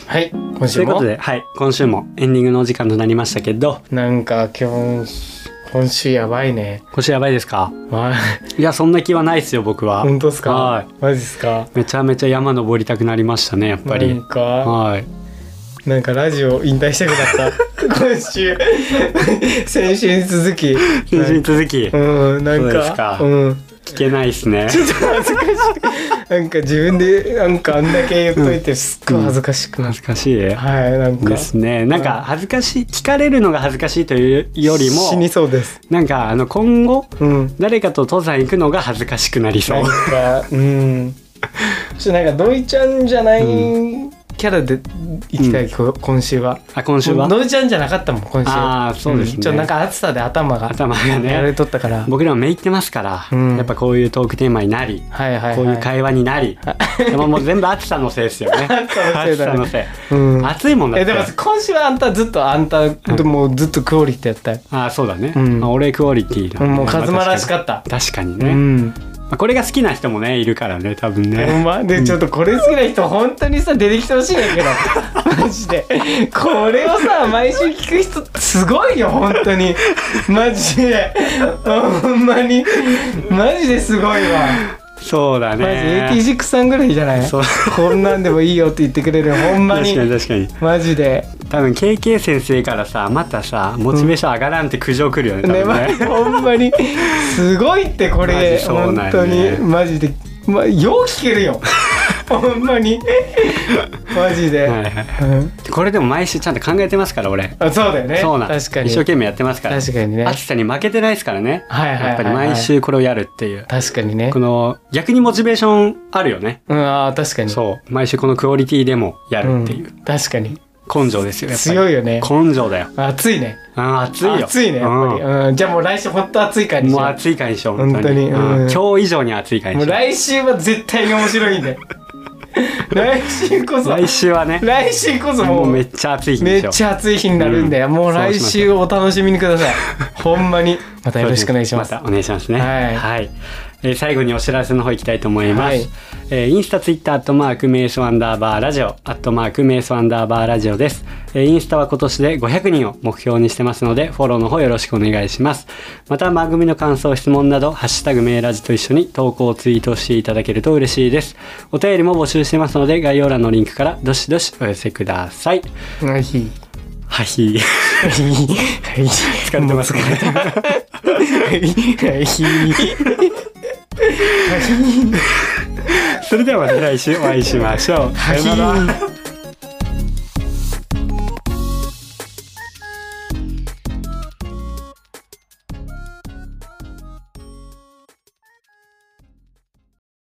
Speaker 1: はい今
Speaker 2: とい
Speaker 1: 週
Speaker 2: うこ
Speaker 1: も
Speaker 2: とではい今週もエンディングのお時間となりましたけど
Speaker 1: なんか今日今週やばいね
Speaker 2: 今週やばいですか
Speaker 1: はい
Speaker 2: いやそんな気はないですよ僕は
Speaker 1: 本当ですか
Speaker 2: はい
Speaker 1: マジですか
Speaker 2: めちゃめちゃ山登りたくなりましたねやっぱ
Speaker 1: な
Speaker 2: り
Speaker 1: んか
Speaker 2: はい
Speaker 1: なんかラジオ引退したくなった 今週先週に続き
Speaker 2: 先週に続き
Speaker 1: うんなん
Speaker 2: そうで
Speaker 1: か
Speaker 2: すか
Speaker 1: うん
Speaker 2: 聞けないですね
Speaker 1: 恥ずかしくなんか自分でなんかあんだけ言っといてすっごい恥ずかしくなっ
Speaker 2: 恥ずかしい
Speaker 1: たはいなんか
Speaker 2: ですねなんか恥ずかしい聞かれるのが恥ずかしいというより
Speaker 1: 死
Speaker 2: も
Speaker 1: にそうです
Speaker 2: なんかあの今後
Speaker 1: うん
Speaker 2: 誰かと登山行くのが恥ずかしくなりそ
Speaker 1: な
Speaker 2: うん
Speaker 1: かうんちょっとなんか土井ちゃんじゃないキャラでいきたい、こ今週は
Speaker 2: あ今週は
Speaker 1: ノイちゃんじゃなかったもん今週
Speaker 2: あーそうですね
Speaker 1: んちょっとなんか暑さで頭が
Speaker 2: 頭がね
Speaker 1: やられとったからはい
Speaker 2: 僕らもめいってますから
Speaker 1: うん
Speaker 2: やっぱこういうトークテーマになり
Speaker 1: はいはい
Speaker 2: こういう会話になりでももう全部暑さのせいですよね
Speaker 1: 暑
Speaker 2: 暑さ
Speaker 1: さ
Speaker 2: の
Speaker 1: の
Speaker 2: せい
Speaker 1: うん
Speaker 2: 暑いもんだっ
Speaker 1: え
Speaker 2: て
Speaker 1: でも今週はあんたずっとあんたともうずっとクオリティやったよ、
Speaker 2: あそうだね、
Speaker 1: うん
Speaker 2: まあ、俺クオリティだ、
Speaker 1: うんもうカズマらしかった
Speaker 2: 確かに
Speaker 1: う
Speaker 2: ね、
Speaker 1: ん、
Speaker 2: まあ、これが好きな人もねいるからね多分
Speaker 1: ほ
Speaker 2: ね、
Speaker 1: んまでちょっとこれ好きな人本当にさ出てきてほしいんやけ どマジでこれをさ毎週聞く人すごいよ本当にマジでほんまにマジですごいわ
Speaker 2: そうだ
Speaker 1: マジ
Speaker 2: ね
Speaker 1: AT6 さんぐらいじゃない
Speaker 2: そう
Speaker 1: こんなんでもいいよって言ってくれるほんま
Speaker 2: 確
Speaker 1: に
Speaker 2: かに確かに
Speaker 1: マジで
Speaker 2: 多分 KK 先生からさまたさモチベーション上がらんって苦情来るよね多
Speaker 1: ね、
Speaker 2: 分
Speaker 1: ま
Speaker 2: ね
Speaker 1: ほんまにすごいってこ
Speaker 2: マジ
Speaker 1: れ、
Speaker 2: そうなん
Speaker 1: 本
Speaker 2: やね
Speaker 1: 当にマジで、ま、よう聞ける よほんまにマジで、
Speaker 2: はいはい
Speaker 1: うん
Speaker 2: これでも毎週ちゃんと考えてますから俺
Speaker 1: あそうだよね
Speaker 2: そうなん
Speaker 1: 確かに
Speaker 2: 一生懸命やってますから
Speaker 1: 確かにね
Speaker 2: 暑さに負けてないですからね、
Speaker 1: はいはいはいはい
Speaker 2: やっぱり毎週これをやるっていう
Speaker 1: 確かにね
Speaker 2: この逆にモチベーションあるよね
Speaker 1: うんあー確かに
Speaker 2: そう毎週このクオリティでもやるっていう、
Speaker 1: ん確かに
Speaker 2: 根性ですよやっぱり
Speaker 1: 強いよね
Speaker 2: 根性だよ
Speaker 1: 暑いね
Speaker 2: うん暑いよ
Speaker 1: 暑いねやっぱり、うん、じゃあもう来週本当暑い感
Speaker 2: うん
Speaker 1: じ
Speaker 2: もう暑い感じでしょ本当
Speaker 1: 本
Speaker 2: に
Speaker 1: 当にうん
Speaker 2: うん今日以上に暑い感じ
Speaker 1: もう来週は絶対に面白いんで来週こそ
Speaker 2: 来週はね
Speaker 1: 来週こそも
Speaker 2: も
Speaker 1: う
Speaker 2: うめ
Speaker 1: めっ
Speaker 2: っちゃ暑い日でしょ
Speaker 1: ちゃ暑い日になるんで、
Speaker 2: うん
Speaker 1: もう来週お楽しみにくださいほんまにまたよろしくお願いします
Speaker 2: たお願いしますね。
Speaker 1: はい
Speaker 2: えー最後にお知らせの方行きたいと思いま
Speaker 1: は
Speaker 2: す。
Speaker 1: い
Speaker 2: えーインスタ、ツイッター、アットマーク、名所アンダーバーラジオ、アットマーク、名所アンダーバーラジオです。えーインスタは今年で500人を目標にしてますので、フォローの方よろしくお願いします。また、番組の感想、質問など、ハッシュタグ、名ラジと一緒に投稿、ツイートしていただけると嬉しいです。お便りも募集してますので、概要欄のリンクから、どしどしお寄せください。
Speaker 1: はいはい
Speaker 2: はい
Speaker 1: はい疲
Speaker 2: れてますか
Speaker 1: はいはい
Speaker 2: それではまた来週お会いしましょう。さようなら。
Speaker 1: はい